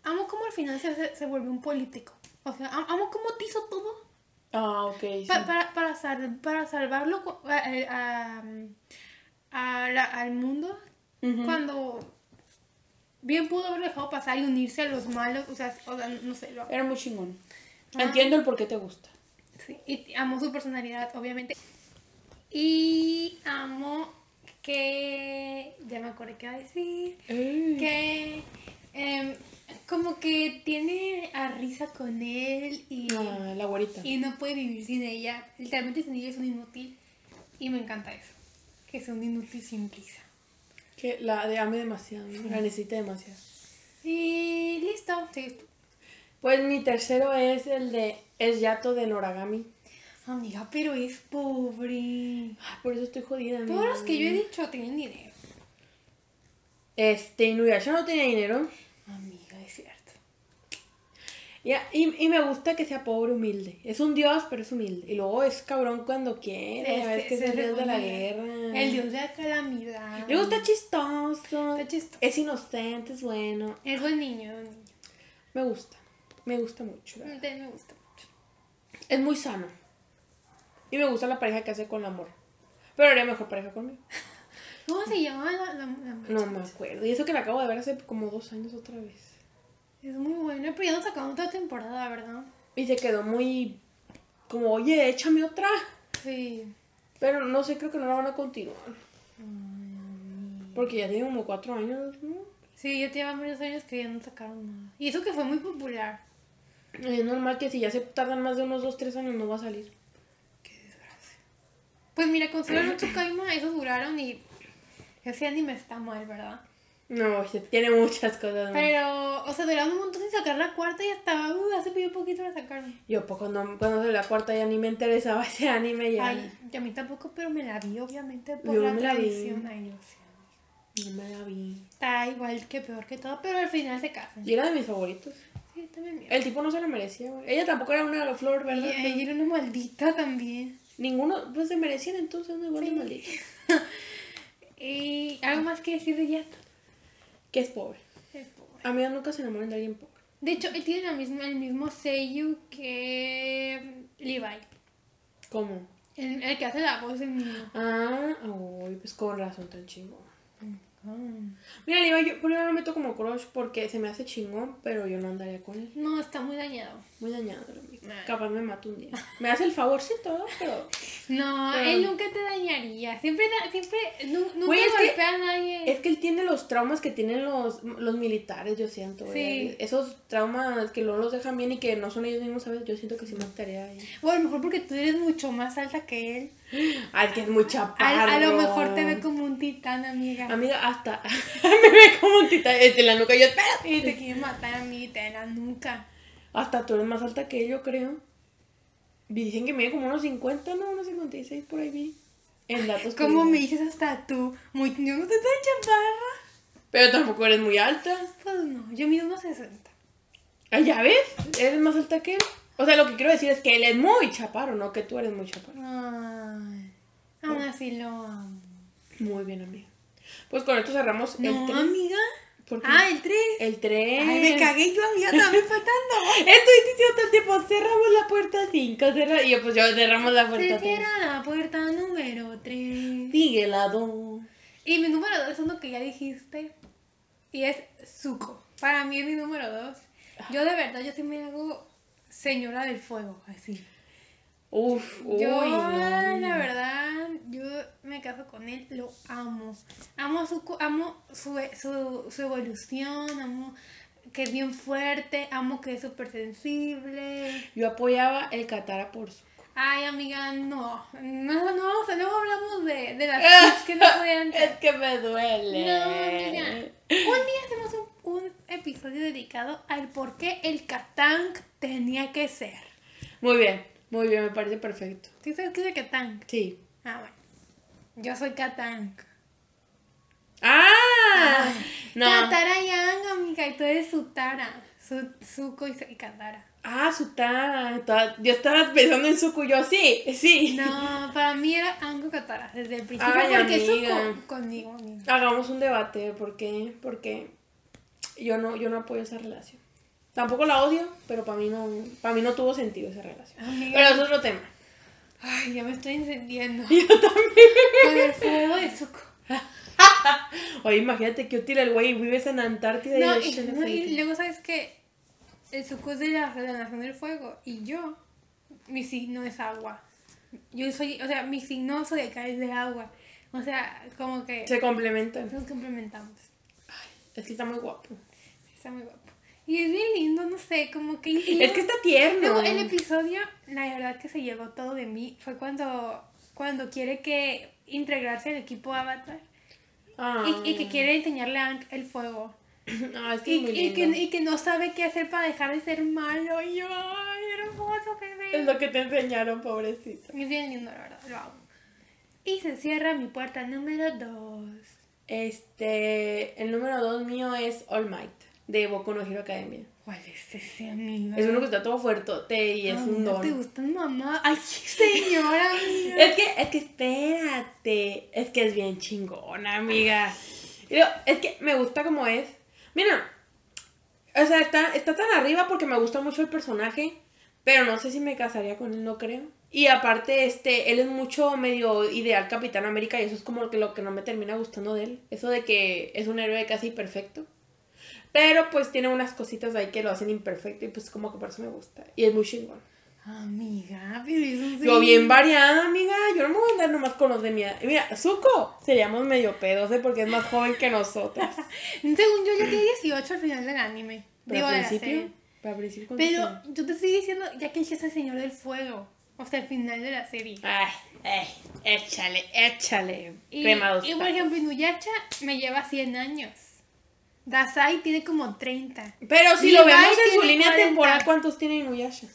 amo cómo al final se, se- se volvió un político. O sea, am- amo cómo te hizo todo. Ah, ok. Ok, sí. Pa- para, para, sal- para salvarlo cu- a- eh, a- a- a la- al mundo, Ujú. cuando bien pudo haber dejado pasar y unirse a los malos, o sea, o sea, no sé, lo Era muy chingón. Ah. Entiendo el por qué te gusta. sí, y amó su personalidad, obviamente. Y amo que, ya me acordé qué iba a decir, que em, como que tiene a risa con él y... Ah, la güerita. Y no puede vivir sin ella. Literalmente sin ella es un inútil. Y me encanta eso. Que es un inútil sin prisa. Que la de amé demasiado, ¿no? la necesité demasiado. Y listo. Sigues tú. Pues mi tercero es el de Es Yato de Noragami. Amiga, pero es pobre. Ay, por eso estoy jodida. Todos amiga. los que yo he dicho tienen dinero. Este, Inuyasha no tenía dinero. Amiga, es cierto. Y, y, y me gusta que sea pobre, humilde. Es un dios, pero es humilde. Y luego es cabrón cuando quiere. Este Es, que es el dios de la repone. guerra. El dios de la calamidad. Luego está chistoso. Está chistoso. Es inocente, es bueno. Es buen niño, es buen niño. Me gusta. Me gusta mucho. la verdad. También me gusta mucho. Es muy sano. Y me gusta la pareja que hace con el amor. Pero haría mejor pareja conmigo. ¿Cómo se llama la, la- la- No me acuerdo. Y eso que la acabo de ver hace como dos años otra vez. Es muy buena, pero ya nos sacaron otra temporada, ¿verdad? Y se quedó muy como, oye, échame otra. Sí. Pero no sé, creo que no la van a continuar. Mm. Porque ya tiene como cuatro años, ¿no? Sí, ya llevan varios años que ya no sacaron nada. Y eso que fue muy popular. Es normal que si ya se tardan más de unos dos, tres años no va a salir. Pues mira, con Sailor Moon Tsukaima esos duraron y ese anime está mal, ¿verdad? No, se tiene muchas cosas. ¿no? Pero, o sea, duraron un montón sin sacar la cuarta y hasta uh, hace bien poquito la sacaron. Yo pues, cuando, cuando de la cuarta ya ni me interesaba ese anime ya. Ay, y a mí tampoco, pero me la vi obviamente por Yo la me la vi. tradición. Ay, o sea, No me la vi. está igual que peor que todo, pero al final se casan. Y era de mis favoritos. Sí, también miedo. El tipo no se lo merecía, güey. Ella tampoco era una flor, Y ¿verdad? ella era una maldita también. Ninguno, pues se merecían entonces, no igual de maldito. Y algo más que decir de Yato. Que es pobre. Es pobre. Amiga, nunca se enamoren de alguien pobre. De hecho, él tiene la misma, el mismo sello que Levi. ¿Cómo? El, el que hace la voz en niño. Ah, uy, pues con razón tan chingón. Mira, Liva, yo por ahora no meto como crush porque se me hace chingón, pero yo no andaría con él. No, está muy dañado. Muy dañado, la amiga. Ay. Capaz me mato un día. Me hace el favorcito, ¿no? pero. No, Pero- él nunca te dañaría. Siempre, da- siempre, nu- nunca Güey, es que- golpea a nadie. Es que él tiene los traumas que tienen los, los militares, yo siento. güey. Sí. Esos traumas que no los dejan bien y que no son ellos mismos, ¿sabes? Yo siento que sí me estaría ahí. O a lo mejor porque tú eres mucho más alta que él. Ay, que es muy A, chaparro. a lo mejor te ve como un titán, amiga. Amiga, hasta. me ve como un titán. este, en la nuca, yo espérate. Y te quiere matar a mí, te la nunca. Hasta tú eres más alta que él, yo creo. Vi- Dicen que mide como unos 50, ¿no? Unos 56 por ahí vi. En datos. que ¿Cómo vi. me dices hasta tú? Muy, yo no te estoy chaparra. Pero tampoco eres muy alta. Pues no, yo mido unos 60. Ay, ¿Ya ves? Eres más alta que él. O sea, lo que quiero decir es que él es muy chaparro, no que tú eres muy chaparro. Ay, Oh. aún así lo amo. Muy bien, amiga. Pues con esto cerramos el No, 3. amiga. ¿Por qué? Ah, el 3. el 3. Ay, me cagué yo, amiga, también faltando. Estoy diciendo todo el tiempo, cerramos la puerta 5, cerra... Y yo, pues yo cerramos la puerta Se 3. cierra la puerta número 3. Sigue la 2. Y mi número 2 es uno que ya dijiste. Y es Zuko. Para mí es mi número 2. Yo de verdad, yo sí me hago señora del fuego, así. Uf, uy, yo, no. la verdad, yo me caso con él, lo amo. Amo a Zuko, amo su, su, su evolución, amo que es bien fuerte, amo que es súper sensible. Yo apoyaba el Katara por su. Ay, amiga, no. No, no, o sea, luego hablamos de, de las chicas que no podían. Es que me duele. No, amiga. Un día hacemos un, un episodio dedicado al por qué el Katank tenía que ser. Muy bien, muy bien, me parece perfecto. ¿Sí sabes qué es el Katank? Sí. Ah, bueno. Yo soy Katank. ¡Ah! No. Katara Yang, amiga, y tú eres Sutara. Su, Zuko y, y Katara. Ah, su ta- ta- Yo estaba pensando en Suku, yo sí, sí. No, para mí era Anko Katara desde el principio. Ay, porque amiga. Zuko conmigo, amiga. Hagamos un debate, ¿por qué? Porque yo no, yo no apoyo esa relación. Tampoco la odio, pero para mí no, para mí no tuvo sentido esa relación. Amiga. Pero es otro tema. Ay, ya me estoy encendiendo. Yo también. Con el fuego de Zuko. Oye, imagínate qué útil el güey, vives en Antártida No, y y, eres en no, y aceite. luego sabes que el Zuko es de la, de la nación del fuego y yo, mi signo es agua. Yo soy, o sea, mi signo zodiacal es de agua. O sea, como que Se complementan. nos complementamos. Es que está muy guapo. Está muy guapo. Y es bien lindo, no sé, como que... y Es que está tierno. Luego, el episodio, la verdad que se llevó todo de mí, fue cuando, cuando quiere que integrarse al equipo Avatar Ah. y, y que quiere enseñarle a Aang el fuego. Ah, es que Y, es muy y que, lindo. y que no sabe qué hacer para dejar de ser malo. Y yo, ay, hermoso Es bebé. lo que te enseñaron, pobrecito. Es bien lindo, la verdad, lo amo. Y se cierra mi puerta número 2. Este, el número dos mío es All Might, de Boku no Hero Academia. ¿Cuál es ese amigo? Ah, Es uno que está todo fuertote y es un ¿Te don. gustan mamá? Ay, señora, amiga. Es que, es que espérate, es que es bien chingona, amiga. Y luego, es que me gusta como es. Mira, o sea, está, está tan arriba porque me gusta mucho el personaje, pero no sé si me casaría con él, no creo. Y aparte, este, él es mucho medio ideal Capitán América y eso es como lo que, lo que no me termina gustando de él. Eso de que es un héroe casi perfecto. Pero pues tiene unas cositas ahí que lo hacen imperfecto y pues como que por eso me gusta. Y es muy chingón. Amiga, pero es un Yo bien señor. variada, amiga. Yo no me voy a andar nomás con los de mi edad. Mira, Zuko, seríamos medio pedos, ¿eh? Porque es más joven que nosotras. Según yo, ya tiene 18 al final del anime. Pero Digo, al de la principio, serie. pero al principio. ¿cuánto Pero tenía? yo te estoy diciendo, ya que dijiste Señor del Fuego. O sea, al final de la serie. Ay, ay, échale, échale. Y, Cremados. y por ejemplo, Inuyasha me lleva 100 años. Dasai tiene como 30. Pero si lo Levi vemos en su tiene línea 40. temporal, ¿cuántos tiene Inuyasha?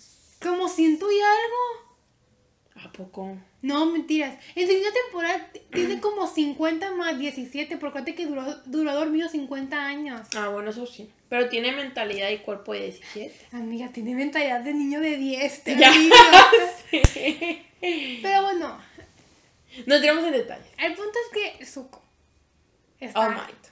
Como ciento y algo. ¿A poco? No, mentiras. En su línea temporal t- tiene como 50 más 17. Porque acuérdate que duró, duró dormido 50 años. Ah, bueno, eso sí. Pero tiene mentalidad y cuerpo de 17. Amiga, tiene mentalidad de niño de 10. te Ya. digo. Pero bueno, Nos tiramos en Oh detalle. El punto es que Zuko está. All Might.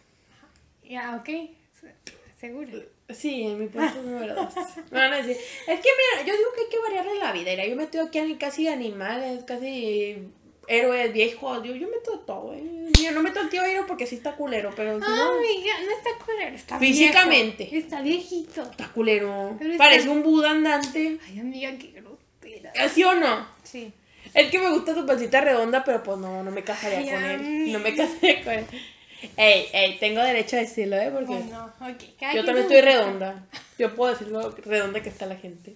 Ya, ok. se- Seguro. Sí, en mi puesto Ah. número dos. Me van a decir, es que mira, yo digo que hay que variarle la vida. Mira, yo meto aquí a casi animales, casi héroes viejos. Yo, yo meto todo, eh. Mira, no meto al tío Hiro porque sí está culero, pero si Ah, no, amiga, no está culero, está Físicamente. viejo. Está viejito. está culero. Pero está- Parece un Buda andante. Eh, Ay, amiga, qué grosera. ¿Sí o no? Sí. Es que me gusta su pancita redonda, pero pues no, no me casaría Ay, con él. amiga. No me casaría con él. Ey, ey, tengo derecho a decirlo, ¿eh? Porque Bueno, ok. cada Yo quien también su estoy gusto. redonda. Yo puedo decir lo redonda que está la gente.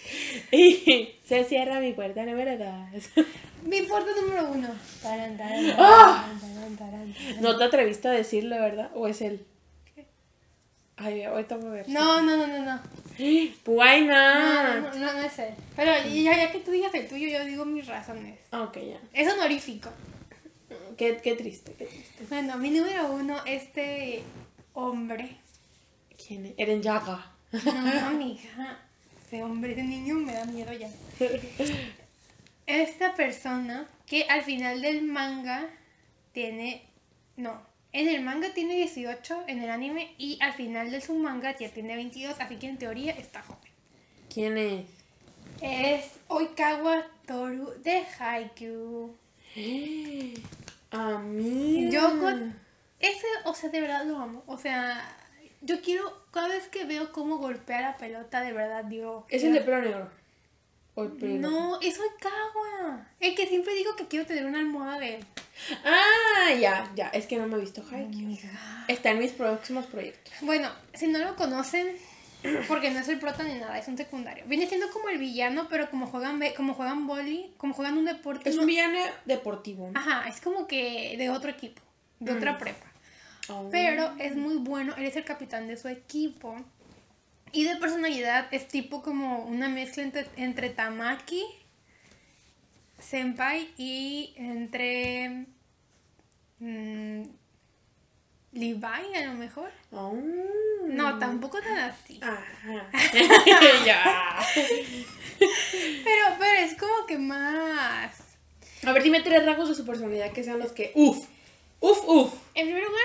Y se cierra mi puerta número dos. Mi puerta número uno. Tarán, tarán, ¡Ah! tarán, tarán, tarán, tarán. No te atreviste a decirlo, ¿verdad? ¿O es él? Ay, ahorita voy a ver. No, no, no, no, no. No, Guayna. no, no, no es él. Pero ya, ya que tú digas el tuyo, yo digo mis razones. Ah, Ok, ya. Es honorífico. Qué, qué triste, qué triste. Bueno, mi número uno, este hombre. ¿Quién es? Eren Yaga. No, amiga. Ese hombre, ese niño me da miedo ya. Esta persona que al final del manga tiene. No. En el manga tiene 18, en el anime, y al final de su manga ya tiene 22, así que en teoría está joven. ¿Quién es? Es Oikawa Toru de Haikyuu. Amiga. Yo con ese, o sea, de verdad lo amo. O sea, yo quiero, cada vez que veo cómo golpea la pelota, de verdad digo. ¿Es el de pelo negro? ¿O el pelo No, es Oikawa. El que siempre digo que quiero tener una almohada de él. Ah, ya, ya. Es que no me he visto Haikyuu. Amiga. Está en mis próximos proyectos. Bueno, si no lo conocen, porque no es el prota ni nada, es un secundario. Viene siendo como el villano, pero como juegan be- como juegan boli, como juegan un deporte. Es no- Ah, un villano deportivo. ¿no? Ajá, es como que de otro equipo, de Mm. otra prepa. Oh. Pero es muy bueno, él es el capitán de su equipo. Y de personalidad es tipo como una mezcla entre, entre Tamaki, Senpai y entre mm, Levi a lo mejor. Oh. Mm. No, tampoco tan así. Ajá. ya. Pero, pero es como que más... A ver, dime tres rasgos de su personalidad que sean los que. Uf. Uf, uf. En primer lugar,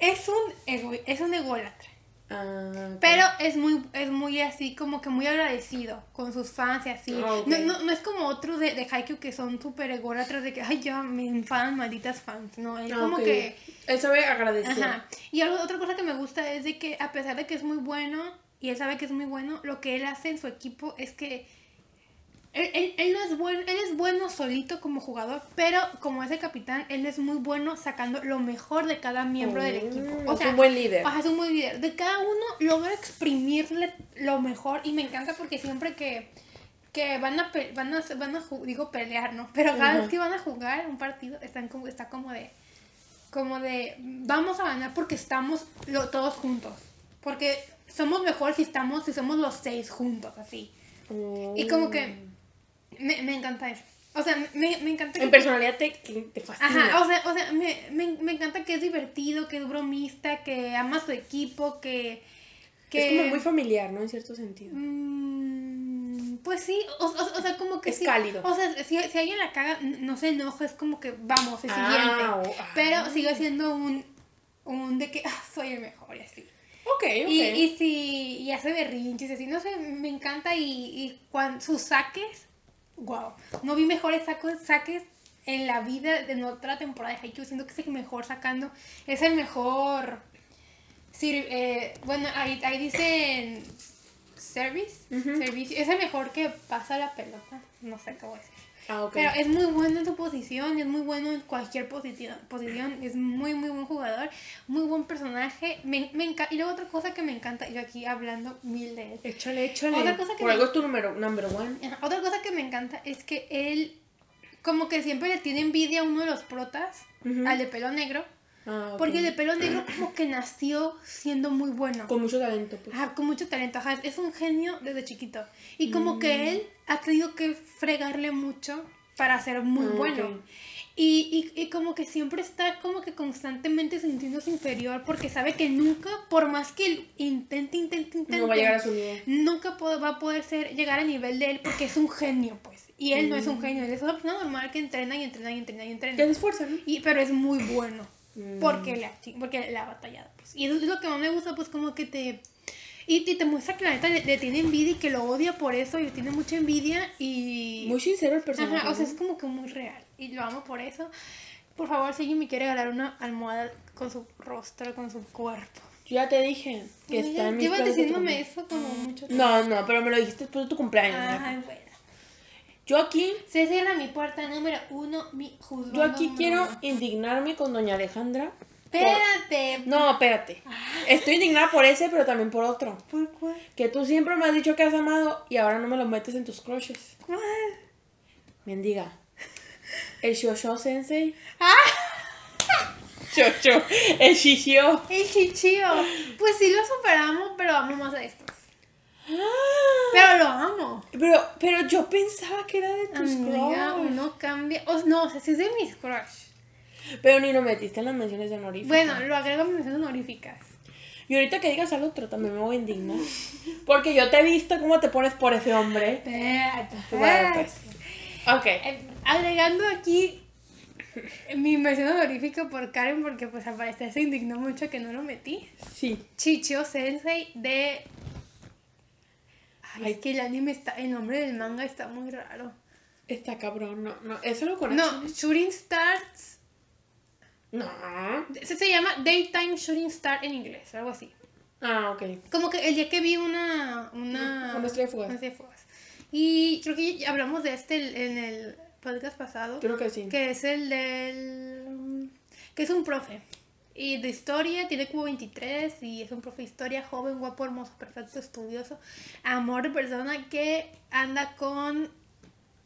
es un, ego- es un ególatra. Ah, ok. Pero es muy, es muy así, como que muy agradecido con sus fans y así. Ah, ok. no, no, no es como otros de, de Haikyuu que son súper ególatras de que, ay, ya, mis fans, malditas fans. No, él Ah, como ok. que... Él sabe agradecer. Ajá. Y algo, otra cosa que me gusta es de que a pesar de que es muy bueno, y él sabe que es muy bueno, lo que él hace en su equipo es que él, él- él no es bueno, él es bueno solito como jugador, pero como es el capitán, él es muy bueno sacando lo mejor de cada miembro del equipo. Mm, O es sea, un buen líder. ajá, es un buen líder. De cada uno logra exprimirle lo mejor y me encanta porque siempre que que van a pe- van a van a ju- digo pelear, ¿no? Pero cada vez Ajá. que van a jugar un partido están como está como de como de vamos a ganar porque estamos lo- todos juntos. Porque somos mejor si estamos, si somos los seis juntos, así. Y como que me, me encanta eso. O sea, me, me encanta Oh. En que... personalidad te, que te fascina. Ajá, o sea, o sea me, me, me encanta que es divertido, que es bromista, que ama a su equipo, que... que Es como muy familiar, ¿no? En cierto sentido. Mm, Pues sí, o, o- o sea, como que Es sí. cálido. O sea, si, si alguien la caga, n- no se enoja, es como que vamos, el Ah, siguiente. o- ah. Pero sigue siendo un, un de que ah, soy el mejor y así. Ok, ok. Y, y si y hace berrinches y así, no sé, me encanta y, y cuan- sus saques, wow, no vi mejores sacos, saques en la vida de en otra temporada de Haikyuu, siento que es el mejor sacando, es el mejor, sir- eh, bueno, ahí, ahí dicen service, servicio, es el mejor que pasa la pelota, no sé cómo decir. ah, ok. Pero es muy bueno en su posición, es muy bueno en cualquier posición, posición es muy, muy buen jugador, muy buen personaje. Me, me enca- y luego otra cosa que me encanta, yo aquí hablando mil de él. Échale, échale. Otra cosa que Por me- algo es tu número, number one. Ajá, Otra cosa que me encanta es que él, como que siempre le tiene envidia a uno de los protas, Ujú. al de pelo negro, Ah, ok. porque el de pelo negro como que nació siendo muy bueno. Con mucho talento, pues. Ajá, con mucho talento, ajá, es un genio desde chiquito. Y como Mm. que él ha tenido que fregarle mucho para ser muy Ah, ok. bueno. Y, y, y como que siempre está como que constantemente sintiéndose inferior porque sabe que nunca, por más que él intente, intente, intente, No va a llegar a su nivel. nunca po- va a poder ser, llegar al nivel de él porque es un genio, pues. Y él no Mm. es un genio, él es una persona normal que entrena y entrena y entrena y Que se entrena. esfuerza, ¿no? Y, pero es muy bueno Mm. porque la, chi- porque la ha batallado. Pues. Y eso es lo que más me gusta, pues como que te... Y, y te muestra que la neta le, le tiene envidia y que lo odia por eso y le tiene mucha envidia y... Muy sincero el personaje. Ajá, o sea, ¿no? es como que muy real. Y lo amo por eso. Por favor, si alguien me quiere regalar una almohada con su rostro, con su cuerpo. Yo ya te dije que Ay, está en mis Pues Llevas planes de diciéndome trabajo. eso como mucho tiempo. No, no, pero me lo dijiste después de tu cumpleaños. Ay, Rebeca. bueno. Yo aquí, Se cierra mi puerta número uno, mi juzgando. yo aquí número quiero uno. indignarme con doña Alejandra. por- Espérate. No, espérate. Estoy indignada por ese, pero también por otro. ¿Por cuál? Que tú siempre me has dicho que has amado y ahora no me lo metes en tus crushes. ¿Cuál? Mendiga. El Shosho Sensei. Ah. Shosho. El Shishio. El chichío. Pues sí lo superamos, pero amo más a estos. Pero lo amo. Pero, pero yo pensaba que era de tus Amiga, crush. uno cambia. o- no, o sea, sí es de mis crush. Pero ni lo metiste en las menciones de honoríficas. Bueno, lo agrego a mis menciones honoríficas. Y ahorita que digas al otro también me voy a indignar. Porque yo te he visto cómo te pones por ese hombre. Espérate, Bueno, espérate. pues. Ok. Eh, Agregando aquí mi mención honorífica por Karen, porque pues al parecer se indignó mucho que no lo metí. Sí. Chichio Sensei de. Ay, Ay. es que el anime está. El nombre del manga está muy raro. Está cabrón. No, no. Eso lo conoces. No, Shooting Stars. No. Se, se llama Daytime Shooting Star en inglés, algo así. Ah, ok. Como que el día que vi una. Una, Una estrella fugaz. una estrella fugaz. Y creo que ya hablamos de este el- en el podcast pasado. Creo que sí. que es el del... que es un profe. Y de historia, tiene como 23 y es un profe de historia, joven, guapo, hermoso, perfecto, estudioso, amor de persona que anda con...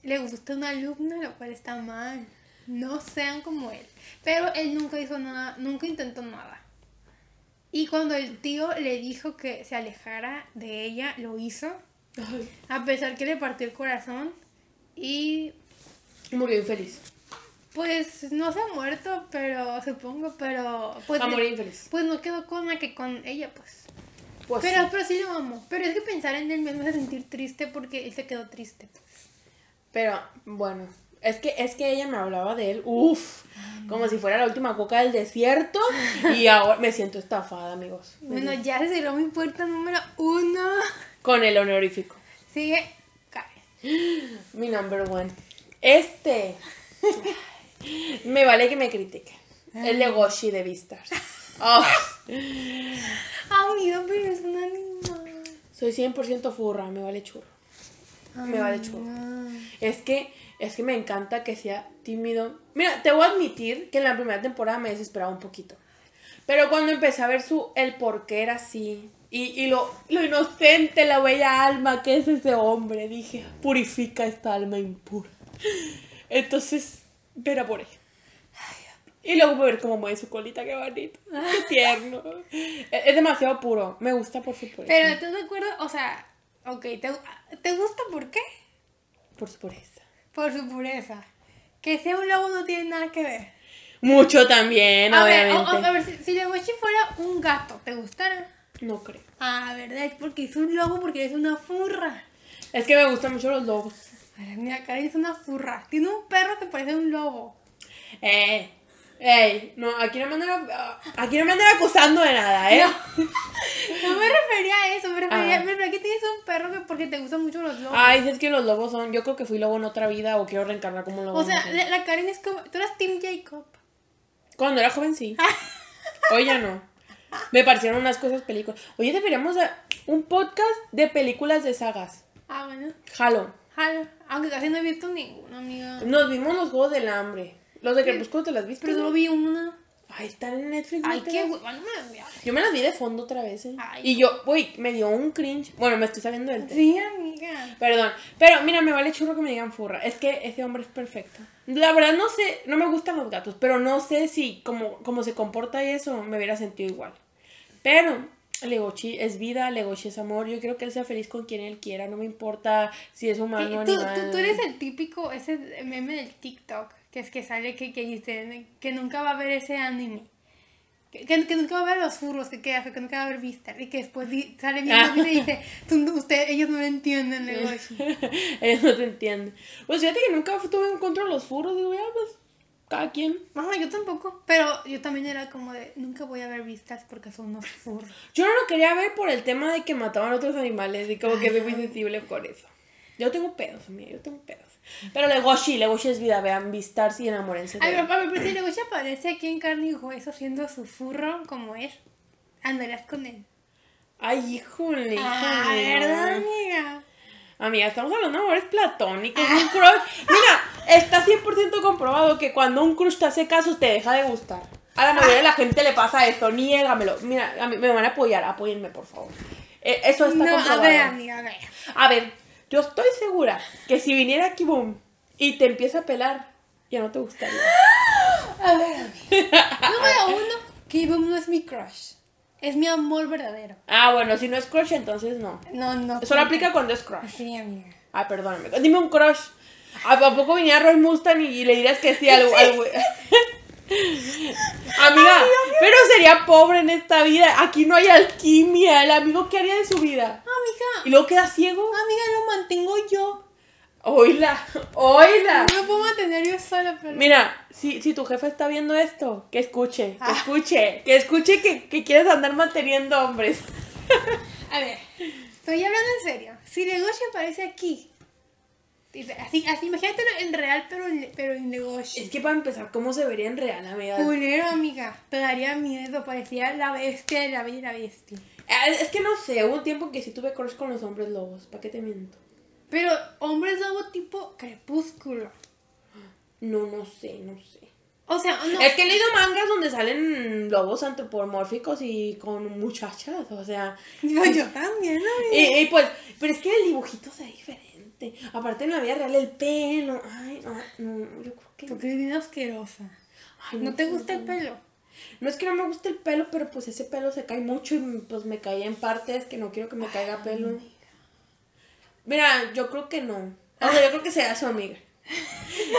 Le gusta una alumna, lo cual está mal. No sean como él. Pero él nunca hizo nada, nunca intentó nada. Y cuando el tío le dijo que se alejara de ella, lo hizo. Ay, A pesar que le partió el corazón. Y murió infeliz. Pues no se ha muerto, pero supongo, pero pues, Va a morir infeliz. pues no quedó con la que con ella, pues. Pues pero, sí. pero sí lo amo. Pero es que pues. pensar en él me hace sentir triste porque él se quedó triste. Pero, bueno. es que, es que ella me hablaba de él, uff, como si fuera la última coca del desierto. Y ahora me siento estafada, amigos. Bueno, ya se cerró mi puerta número uno. Con el honorífico. Sigue Karen. Mi number one. Este. me vale que me critiquen. El de Goshi de Vistas. Ah. Amigo, pero es un animal. soy 100% furra, me vale churro. Me vale churro. Es que, es que me encanta que sea tímido. Mira, te voy a admitir que en la primera temporada me desesperaba un poquito. Pero cuando empecé a ver su, el por qué era así. Y, y lo, lo inocente, la bella alma que es ese hombre. Dije, purifica esta alma impura. Entonces, me enamoré. Y luego ver cómo mueve su colita, qué bonito. Qué tierno. Es, es demasiado puro. Me gusta por su pureza. Pero ¿estás de acuerdo? O sea, ok, ¿te, te gusta por qué? Por su pureza. Por su pureza. Que sea un lobo no tiene nada que ver. Mucho también, a ver, o- o- obviamente. a ver, si, si Legoshi fuera un gato, ¿te gustara? No creo. Ah, ¿verdad? Es porque es un lobo, porque es una furra. Es que me gustan mucho los lobos. Ay, mira, Karen es una furra. Tiene un perro que parece un lobo. Eh, ey, no, aquí no me andan, ah, aquí no me andan acusando de nada, ¿eh? No me refería a eso, me refería, Ah. me refería que tienes un perro que porque te gustan mucho los lobos. Ay, si es que los lobos son, yo creo que fui lobo en otra vida o quiero reencarnar como un lobo. o no sea, sé. la, la Karen es como... Tú eras Team Jacob. cuando era joven sí. Ah. Hoy ya no. Me parecieron unas cosas películas. Oye, deberíamos de- un podcast de películas de sagas. Ah, bueno. Jalo. Jalo. Aunque casi no he visto ninguno, amiga. Nos vimos los juegos del hambre. Los de Crepúsculo te las viste. Pero solo vi una. Ay, están en Netflix. Ay, ¿no te qué las- hueva, no me la veas. Yo me las vi de fondo otra vez, ¿eh? Ay. Y yo, uy, me dio un cringe. Bueno, me estoy saliendo del tema. Sí, amiga. Perdón. Pero mira, me vale churro que me digan furra. Es que ese hombre es perfecto. La verdad no sé, no me gustan los gatos, pero no sé si como, como se comporta y eso me hubiera sentido igual. Pero Legochi es vida, Legochi es amor. Yo quiero que él sea feliz con quien él quiera. No me importa si es Sí, humano o tú, animal. tú- tú eres el típico, ese meme del TikTok, que es que sale que, que, dicen que nunca va a ver ese anime. Que, que- que nunca va a ver a los furros, que, que, que nunca va a ver Vistar. Y que después di- sale Ah. viendo y dice, "Tú- usted, ellos no lo entienden, Legoshi. Ellos no te entienden. Pues fíjate que nunca tuve en contra de los furros. Digo, ya, pues, cada quien. No, yo tampoco. Pero yo también era como de, nunca voy a ver Vistas porque son unos furros. Yo no lo quería ver por el tema de que mataban a otros animales y como que soy muy sensible por eso. Yo tengo pedos, mía, yo tengo pedos. Pero Legoshi, Legoshi es vida, vean, vistarse y enamórense. de Ay, él. papá, pero si Legoshi aparece aquí en carne y hueso haciendo su furro como es, andarás con él. Ay, híjole, híjole. Ah, ¿verdad, amiga? Amiga, estamos hablando de amores platónicos, Ah. un crush. Mira, está 100% comprobado que cuando un crush te hace caso te deja de gustar. A la mayoría de la gente le pasa esto, niégamelo. Mira, a mí- me van a apoyar, apóyenme, por favor. Eh, Eso está No, a comprobado. ver, amiga, a ver. A ver, yo estoy segura que si viniera aquí Boom y te empieza a pelar, ya no te gustaría. A ver, a ver. Número uno, que Boom no es mi crush. Es mi amor verdadero. Ah, bueno, si no es crush, entonces no. No, no. Solo cuenta. aplica cuando es crush. Sí, amiga. Ah, perdóname. Dime un crush. ¿A a poco viniera Roy Mustang y y le dirías que sí al, al güey? Amiga, pero sería pobre en esta vida. Aquí no hay alquimia. El amigo, ¿qué haría de su vida? Amiga, ¿Y luego queda ciego? amiga, lo mantengo yo. Oíla, oíla. No lo puedo mantener yo sola, pero. Mira, si, si tu jefa está viendo esto, que escuche, que escuche, que escuche que, que quieres andar manteniendo hombres. A ver, estoy hablando en serio. Si Legoshi aparece aquí. dice, Así, así imagínatelo en real, pero en, pero en Legoshi. que para empezar, ¿cómo se vería en real, amiga? Culero, amiga. Te daría miedo. Parecía la bestia de la bella y la bestia. Ah, Es que no sé, hubo un tiempo que sí tuve crush con los hombres lobos, ¿para qué te miento? Pero hombres lobo tipo crepúsculo. No, no sé, no sé. O sea, no. Es que he leído mangas donde salen lobos antropomórficos y con muchachas, o sea... Digo, yo también, amiga. Y, y pues, pero es que el dibujito se ve diferente. Aparte en la vida real el pelo, ay, no, no, yo creo que... Tú que eres bien asquerosa. ay, ¿No te sé, gusta no. el pelo? No es que no me guste el pelo, pero pues ese pelo se cae mucho y pues me caía en partes que no quiero que me caiga pelo. Mira, yo creo que no. O sea, yo creo que sea su amiga.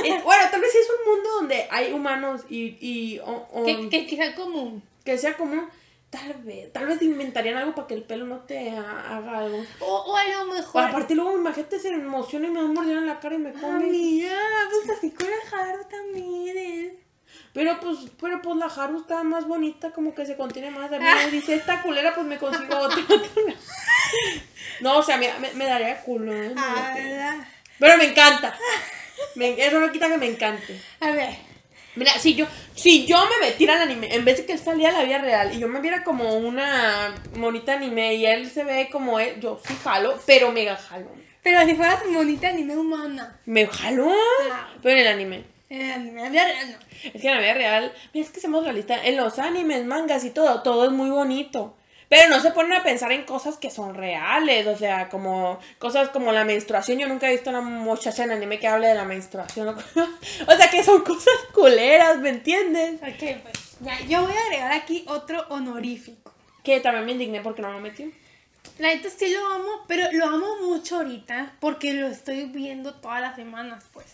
Y, bueno, tal vez sí es un mundo donde hay humanos y... y o- o- Que, que, que sea común. que sea común. tal vez, tal vez inventarían algo para que el pelo no te ha- haga algo. O, o a lo O mejor. aparte luego mi majete se emociona y me da un mordida en la cara y Ah, me come. Amiga, pues así con el jaro también. eh. Pero pues, pero pues la Haru está más bonita, como que se contiene más. A mí me dice, esta culera, pues me consigo otra. no, o sea, me, me- me daría culo, ¿eh? Me Ah, daría culo. ¿verdad? Pero me encanta. Me- eso no quita que me encante. A ver. Mira, si yo, si yo me metiera al anime, en vez de que él saliera a la vida real y yo me viera como una monita anime y él se ve como él, yo sí jalo, pero mega jalo. Pero si fueras monita anime humana. Me jalo, pero en el anime. Eh, anime, la vida real no. Es que en la vida real, mira, es que somos realistas. En los animes, mangas y todo, todo es muy bonito. Pero no se ponen a pensar en cosas que son reales, o sea, como cosas como la menstruación. Yo nunca he visto una muchacha en anime que hable de la menstruación. o sea, que son cosas culeras, ¿me entiendes? Ok, pues. Ya, yo voy a agregar aquí otro honorífico. Que también me indigné porque no lo metió. La neta es que lo amo, pero lo amo mucho ahorita porque lo estoy viendo todas las semanas, pues.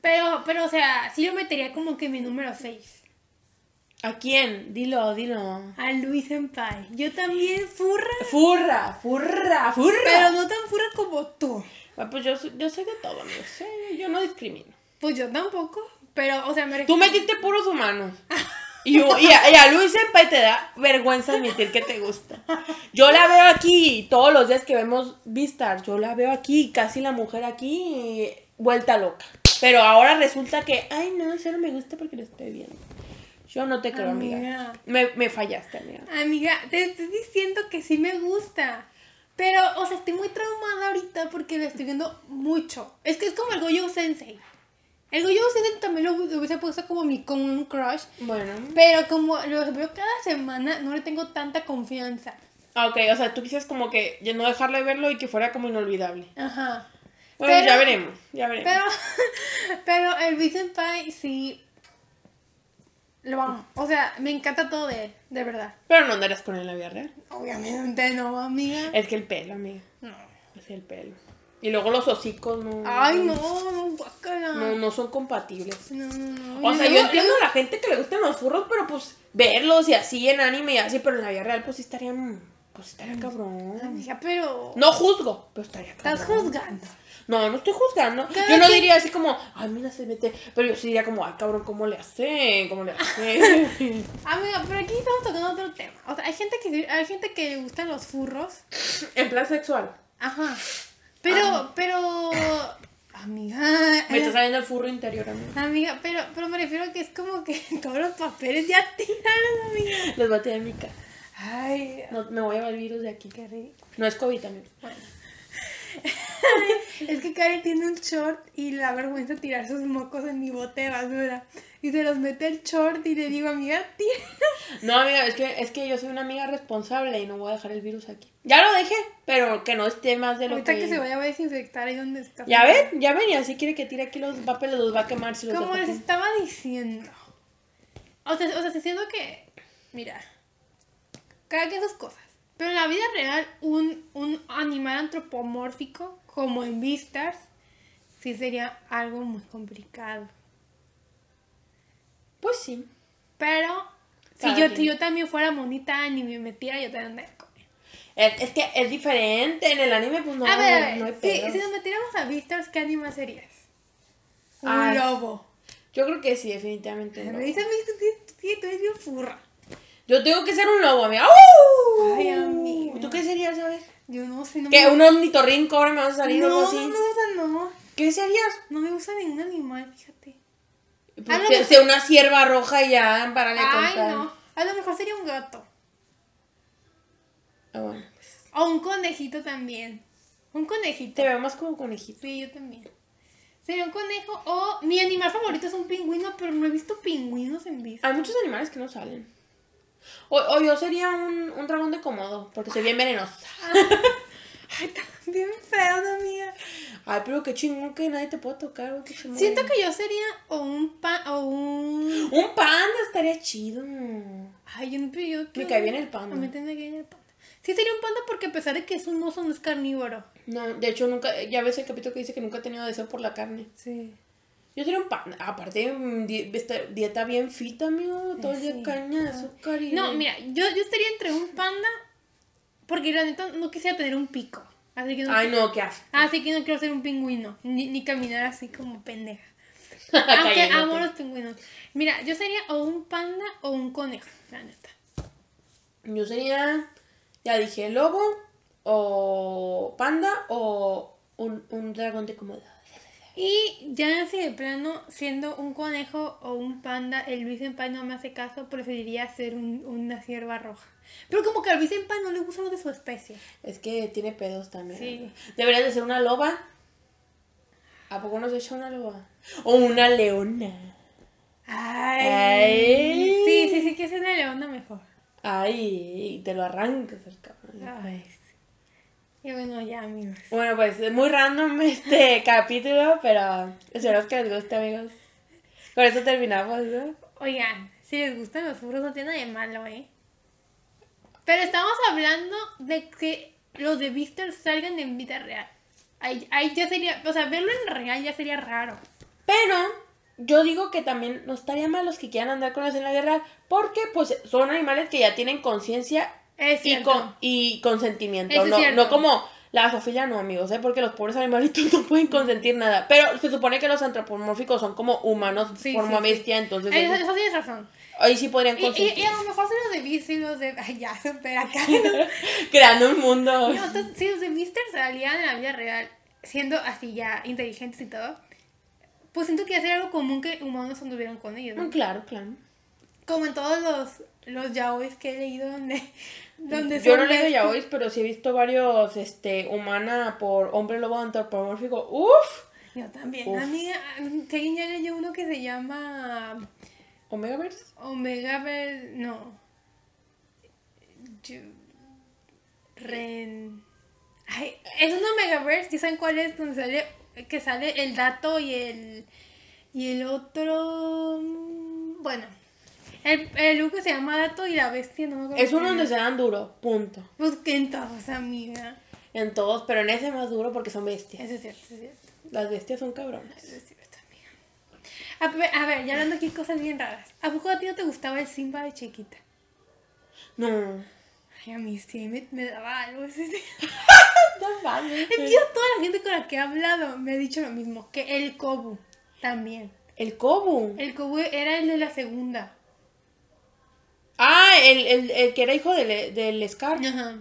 Pero, pero, o sea, sí lo metería como que mi número 6. ¿A quién? Dilo, dilo. A Luis Senpai. Yo también furra, Furra, furra, furra. pero no tan furra como tú. Ah, pues yo, soy- yo soy de todo, amigos. Sí, Yo no discrimino. Pues yo tampoco, pero, o sea, me Tú refiero- metiste puros humanos. Y, u- y a, y a Luis Senpai te da vergüenza admitir que te gusta. Yo la veo aquí todos los días que vemos Vistar. Yo la veo aquí, casi la mujer aquí, y vuelta loca. Pero ahora resulta que, ay, no, solo me gusta porque lo estoy viendo. Yo no te creo, amiga. Amiga. Me, me fallaste, amiga. Amiga, te estoy diciendo que sí me gusta. Pero, o sea, estoy muy traumada ahorita porque lo estoy viendo mucho. Es que es como el Goyo Sensei. El Goyo Sensei también lo, lo hubiese puesto como mi como un crush. Bueno. Pero como los veo cada semana, no le tengo tanta confianza. Ah, ok, o sea, tú quisieras como que ya no dejarle verlo y que fuera como inolvidable. Ajá. Bueno, Pero- ya veremos, ya veremos. Pero, pero el Vincent Pie sí. Lo amo. O sea, me encanta todo de él, de verdad. Pero no andarás con él en la vida real. Obviamente no, amiga. Es que el pelo, amiga. No. Es el pelo. Y luego los hocicos no. Ay, no, no, guácala. No, no son compatibles. No, no, no. O sea, luego- yo entiendo a la gente que le gustan los furros, pero pues verlos y así en anime y así, pero en la vida real pues sí estarían. Pues estaría cabrón. Amiga, pero. No juzgo, pero estaría cabrón. Estás juzgando. No, no estoy juzgando. Cada Yo no quien- diría así como, ay, mira, se mete. Pero yo sí diría como, ay, cabrón, ¿cómo le hacen? ¿Cómo le hacen? Amiga, pero aquí estamos tocando otro tema. O sea, hay gente que hay gente que le gustan los furros. en plan sexual. Ajá. Pero, pero. Amiga. Ah. Me está saliendo el furro interior a mí. Amiga, pero, pero me refiero a que es como que todos los papeles ya tiraron, amiga. Les va a tirar en mi cara. Ay, No, me voy a llevar el virus de aquí. qué rico. No es COVID también. Es que Karen tiene un short y la vergüenza tirar sus mocos en mi bote de basura. Y se los mete el short y le digo, amiga, tira. No, amiga, es que, es que yo soy una amiga responsable y no voy a dejar el virus aquí. Ya lo dejé, pero que no esté más de lo Ahorita que se vaya. vaya a desinfectar ahí donde está. Ya ven, ya ven, y así quiere que tire aquí los papeles, los va a quemar si los Como dejo les aquí. estaba diciendo. O sea, o sea, siento que. Mira. Cada quien sus cosas. Pero en la vida real, un, un animal antropomórfico, como en Beastars, sí sería algo muy complicado. Pues sí. Pero si Cada yo, quien. si yo también fuera monita ni me metiera, yo también andaría con él. Es, es que es diferente, en el anime pues no, a ver, a ver, no hay si, pedos. si nos metiéramos a Beastars, ¿qué animal serías? Un Ay, lobo. Yo creo que sí, definitivamente Ah, no. Me dice Beastars, sí, sí, tú eres bien furra. Yo tengo que ser un lobo, amiga. ¡Uh! Ay, amiga. ¿Tú qué serías, sabes? Yo no sé, no Que me- un ornitorrinco ahora me va a salir o no, algo no así. me gusta, no. ¿Qué serías? No me gusta ningún animal, fíjate. Pues, A lo sé- mejor- sé una sierva roja y ya, para Ah, Ay, no. A lo mejor sería un gato. Ah, bueno. O un conejito también. Un conejito. Te veo más como conejito. Sí, yo también. Sería un conejo o mi animal favorito es un pingüino, pero no he visto pingüinos en vista. Hay muchos animales que no salen. O, o yo sería un, un dragón de comodo, porque soy bien venenosa. Ay, también feo, ¿no, amiga. Ay, pero qué chingón que nadie te pueda tocar. güey, qué chingón. Siento que yo sería o un pan o un. Un panda estaría chido. Ay, yo no pero yo- Me cae bien el panda. A mí también me cae bien el panda. Sí, sería un panda porque a pesar de que es un oso, no es carnívoro. No, de hecho nunca, ya ves el capítulo que dice que nunca ha tenido deseo por la carne. Sí. Yo sería un pan. Aparte, mm, di- esta- dieta bien fit, amigo. Todo el día Sí. caña de azúcar y. Eh, No, mira, yo, yo estaría entre un panda porque la neta no quisiera tener un pico. Así que no, Ay, no, qué asco. así que no quiero ser un pingüino, ni, ni caminar así como pendeja. Aunque Cayéndote. pues. amo los pingüinos. Mira, yo sería o un panda o un conejo, la neta. Yo sería. Ya dije, lobo o panda o un, un dragón de Komodo. Y ya así de plano, siendo un conejo o un panda, el Luis en Pan no me hace caso, preferiría ser un- una cierva roja. Pero como que al Luis en Pan no le gustan los de su especie. Es que tiene pedos también. Sí. Deberías de ser una loba. ¿A poco no se echa una loba? O una leona. Ay. Ay. Sí, sí, sí, que es una leona mejor. Ay, te lo arrancas el cabrón. Ay, sí. Y bueno, ya, amigos. Bueno, pues es muy random este capítulo, pero espero que les guste, amigos. Con eso terminamos, ¿no? Oigan, si les gustan los furros no tiene nada de malo, ¿eh? Pero estamos hablando de que los de Vistor salgan en vida real. Ahí, ahí ya sería, o sea, verlo en real ya sería raro. Pero yo digo que también no estaría mal los que quieran andar con ellos en la guerra, porque pues son animales que ya tienen conciencia Es y, cierto. con, y consentimiento. Eso es no, cierto. no como la zoofilia, no, amigos, ¿eh? porque los pobres animalitos no pueden consentir nada. Pero se supone que los antropomórficos son como humanos, Sí, forma sí, sí. bestia, entonces Eso, ellos- eso tienes razón. ahí sí podrían Y, y- consentir. y a lo mejor si los de Vistor y los de... Ay, ya, super acá. ¿no? Creando un mundo. No, entonces, si los de Mister salían en la vida real, siendo así ya inteligentes y todo, pues siento que hacer algo común que humanos anduvieron con ellos, ¿no? Mm, Claro, claro. Como en todos los, los yaois que he leído donde, donde Yo son no leo bestias. ya hoy, pero sí he visto varios, este, humana por hombre lobo antropomórfico. ¡Uf! Yo también. Uf. Amiga, mm, si alguien ya leyó uno que se llama Omegaverse. Omega Ver... No. Yo- Ren... Ay, es un Omegaverse, ¿sí saben cuál es? Donde sale, que sale el dato y el... Y el otro... mm, Bueno. El, el look se llama dato y la bestia, no me acuerdo. Es cómo uno se donde llama. se dan duro, punto. Busquen todos, amiga. En todos, pero en ese más duro porque son bestias. Eso es cierto, eso es cierto. Las bestias son cabrones. Eso es cierto, amiga. A ver, a ver, ya hablando aquí de cosas bien raras. ¿A poco a ti no te gustaba el Simba de chiquita? No. Ay, a mí sí, me, me daba algo. ese- No mames. Es que yo toda la gente con la que he hablado me ha dicho lo mismo, que el Kobu también. El Kobu. El Kobu era el de la segunda. Ah, el, el, el que era hijo del, del Scar. Ajá.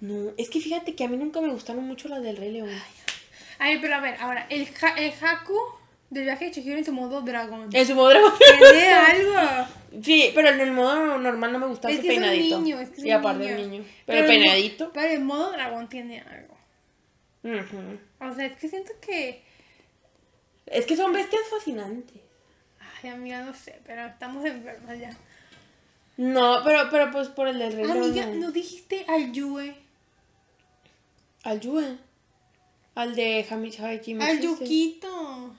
No, es que fíjate que a mí nunca me gustaron mucho las del Rey León. A ver, pero a ver, ahora, el, Ja- el Haku del viaje de Chihiro en su modo dragón. En su modo dragón. Tiene algo. Sí, pero en el modo normal no me gustaba Es su que es un peinadito. niño, es que es y un aparte niño. un niño. Pero, el mo- peinadito. Pero el modo dragón tiene algo. Ujú. O sea, es que siento que... Es que son bestias fascinantes. Ay, amiga, no sé, pero estamos enfermas ya. No, pero, pero pues por el del Rey Amiga, León. no. ¿no dijiste al Yue? Al Yue. Al de Hamish Al Yukito.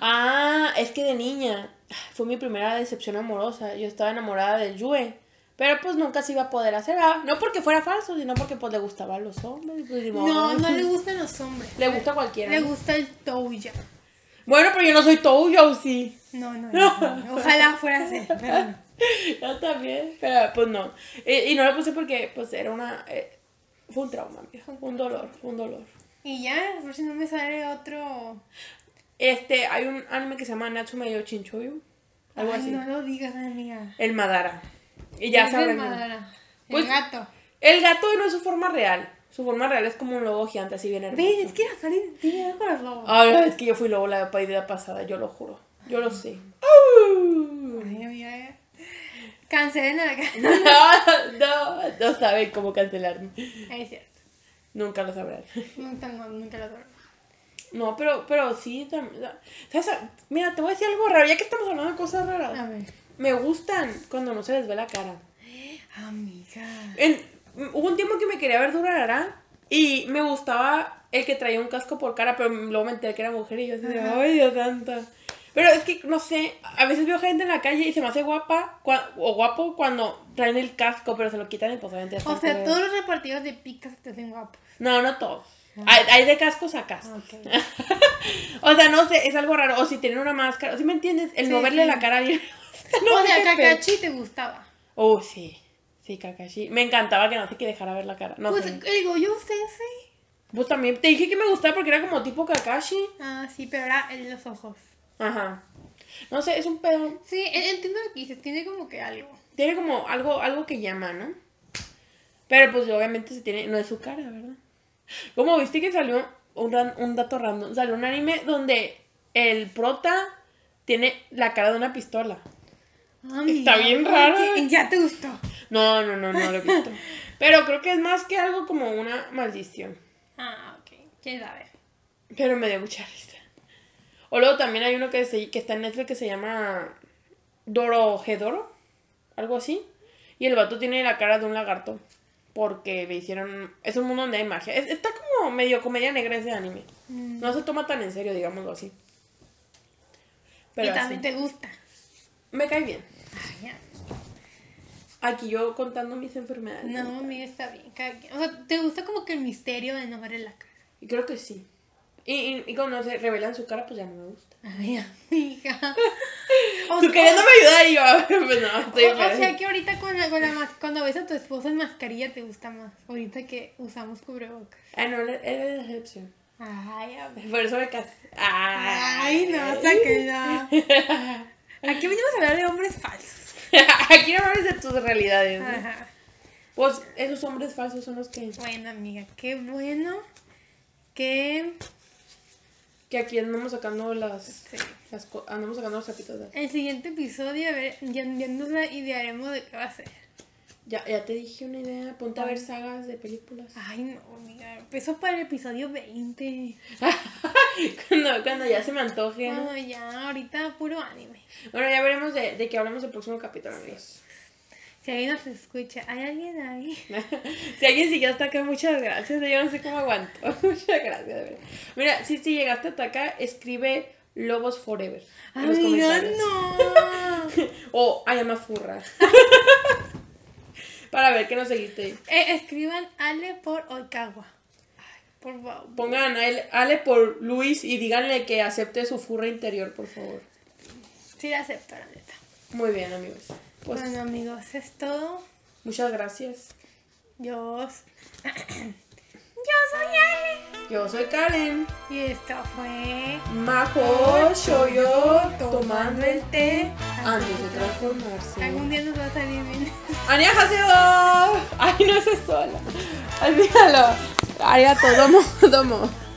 Ah, es que de niña fue mi primera decepción amorosa. Yo estaba enamorada del Yue. Pero pues nunca se iba a poder hacer. ah, No porque fuera falso, sino porque pues le gustaba a los hombres. y, pues, ni No, modo. no le gustan los hombres. Le gusta a cualquiera. Le ¿no? gusta el Touya. Bueno, pero yo no soy Touyo, sí. No, no, no, no, no. Ojalá fuera así. pero no. Yo también, pero pues no. Y, y no lo puse porque pues era una... eh, fue un trauma, amiga. Fue un dolor, fue un dolor. Y ya, por si no me sale otro. Este, hay un anime que se llama Natsume yo Chinchuyu. Algo Ay, así. no lo digas, amiga. El Madara. Y ya Es el sabrán. Madara, Pues- El gato. El gato no es su forma real. Su forma real es como un lobo gigante, así bien hermoso. ¿Ves? Es que la Karen tiene algo con los lobos. Ay, es que yo fui lobo la vida pasada, yo lo juro. Yo lo sé. Ay, amiga. ya. Cancelen a la No, no, no saben cómo cancelarme. Ahí es cierto. Nunca lo sabrán. Nunca, no, nunca lo adoro. No, pero, pero sí, también. ¿sabes? Mira, te voy a decir algo raro, ya que estamos hablando de cosas A raras. ver. Me gustan cuando no se les ve la cara. Amiga. En- hubo un tiempo que me quería ver durará y me gustaba el que traía un casco por cara, pero luego me enteré que era mujer y yo así de, ay, Dios santo. Pero es que, no sé, a veces veo gente en la calle y se me hace guapa cua- o guapo cuando traen el casco, pero se lo quitan y pues obviamente ya O están sea, feos. todos los repartidos de picas te ven guapos. No, no todos. Hay, hay de cascos a cascos. Ok. O sea, no sé, es algo raro. O si tienen una máscara. ¿Sí me entiendes? El Ah. Sí, moverle sí. la cara a alguien. o sea, sé qué pedo. Kakashi te gustaba. Oh, sí. Sí, Kakashi. Me encantaba que no te dejara ver la cara. No pues, sé. le digo, yo sensei. Pues también te dije que me gustaba porque era como tipo Kakashi. Ah, sí, pero era en los ojos. Ajá. No sé, es un pedo. Sí, en- entiendo lo que dices, tiene como que algo. Tiene como algo, algo que llama, ¿no? Pero pues obviamente se tiene. No es su cara, ¿verdad? Como viste que salió un, ran- un dato random. Salió un anime donde el prota tiene la cara de una pistola. Ah, Está bien raro. porque Ya te gustó. No, no, no, no lo he visto. Pero creo que es más que algo como una maldición. Ah, ok. ¿Quién sabe? Pero me dio mucha risa. O luego también hay uno que, se- que está en Netflix que se llama Dorohedoro, algo así. Y el vato tiene la cara de un lagarto. Porque le hicieron... Es un mundo donde hay magia. Es- está como medio comedia negra ese anime. Mm, No se toma tan en serio, digámoslo así. Pero y también así. te gusta. me cae bien. Ay, ya. Aquí yo contando mis enfermedades. No, amiga, está bien. cada quien- O sea, te gusta como que el misterio de no ver en la cara. Y creo que sí. Y, y, y cuando se revelan su cara, pues ya no me gusta. Ay, amiga. O Tú sea- queriéndome ayudar y yo, a ver, pues no, estoy o, o feliz. sea que ahorita con la, con la mas- cuando ves a tu esposa en mascarilla te gusta más. Ahorita que usamos cubrebocas. Ah, no, él era de Decepción. Ay, amiga. Por eso me ah, casé. Ay, Ay, no, sáquenla. Aquí venimos a hablar de hombres falsos. Aquí no hables de tus realidades. Ah. ¿no? Ajá. Pues esos hombres falsos son los que, Bueno, amiga, qué bueno que que aquí andamos sacando las, sí. las co- andamos sacando los capítulos. el siguiente episodio, a ver, ya, ya nos la idearemos de qué va a ser. Ya, ya te dije una idea. Ponte a Ah. ver sagas de películas. Ay, no, amiga. Empezó para el episodio 20. cuando, cuando ya se me antoje. ¿no? Ah. Bueno, ya, ahorita puro anime. Bueno, ya veremos de, de qué hablamos el próximo capítulo, amigos. Si alguien nos escucha, ¿hay alguien ahí? si alguien siguió hasta acá, muchas gracias. Yo no sé cómo aguanto. muchas gracias, de verdad. Mira, si, si llegaste hasta acá, escribe Lobos Forever. en los Amiga, comentarios. no. O I am a furra. Para ver qué nos seguiste. Eh, escriban Ale por Oikawa. Ay, por favor. Pongan a él- Ale por Luis y díganle que acepte su furra interior, por favor. Sí, la acepto, la neta. Muy bien, amigos. Pues bueno, amigos, es todo. muchas gracias. Yo. Yo soy Ale. Yo soy Karen. Y esto fue. Majo, soy yo tomando el té antes de transformarse. Algún día nos va a salir bien. ¡Annyeonghaseyo! Ay, no, eso es sola. Olvídalo. Arigato, domo, domo.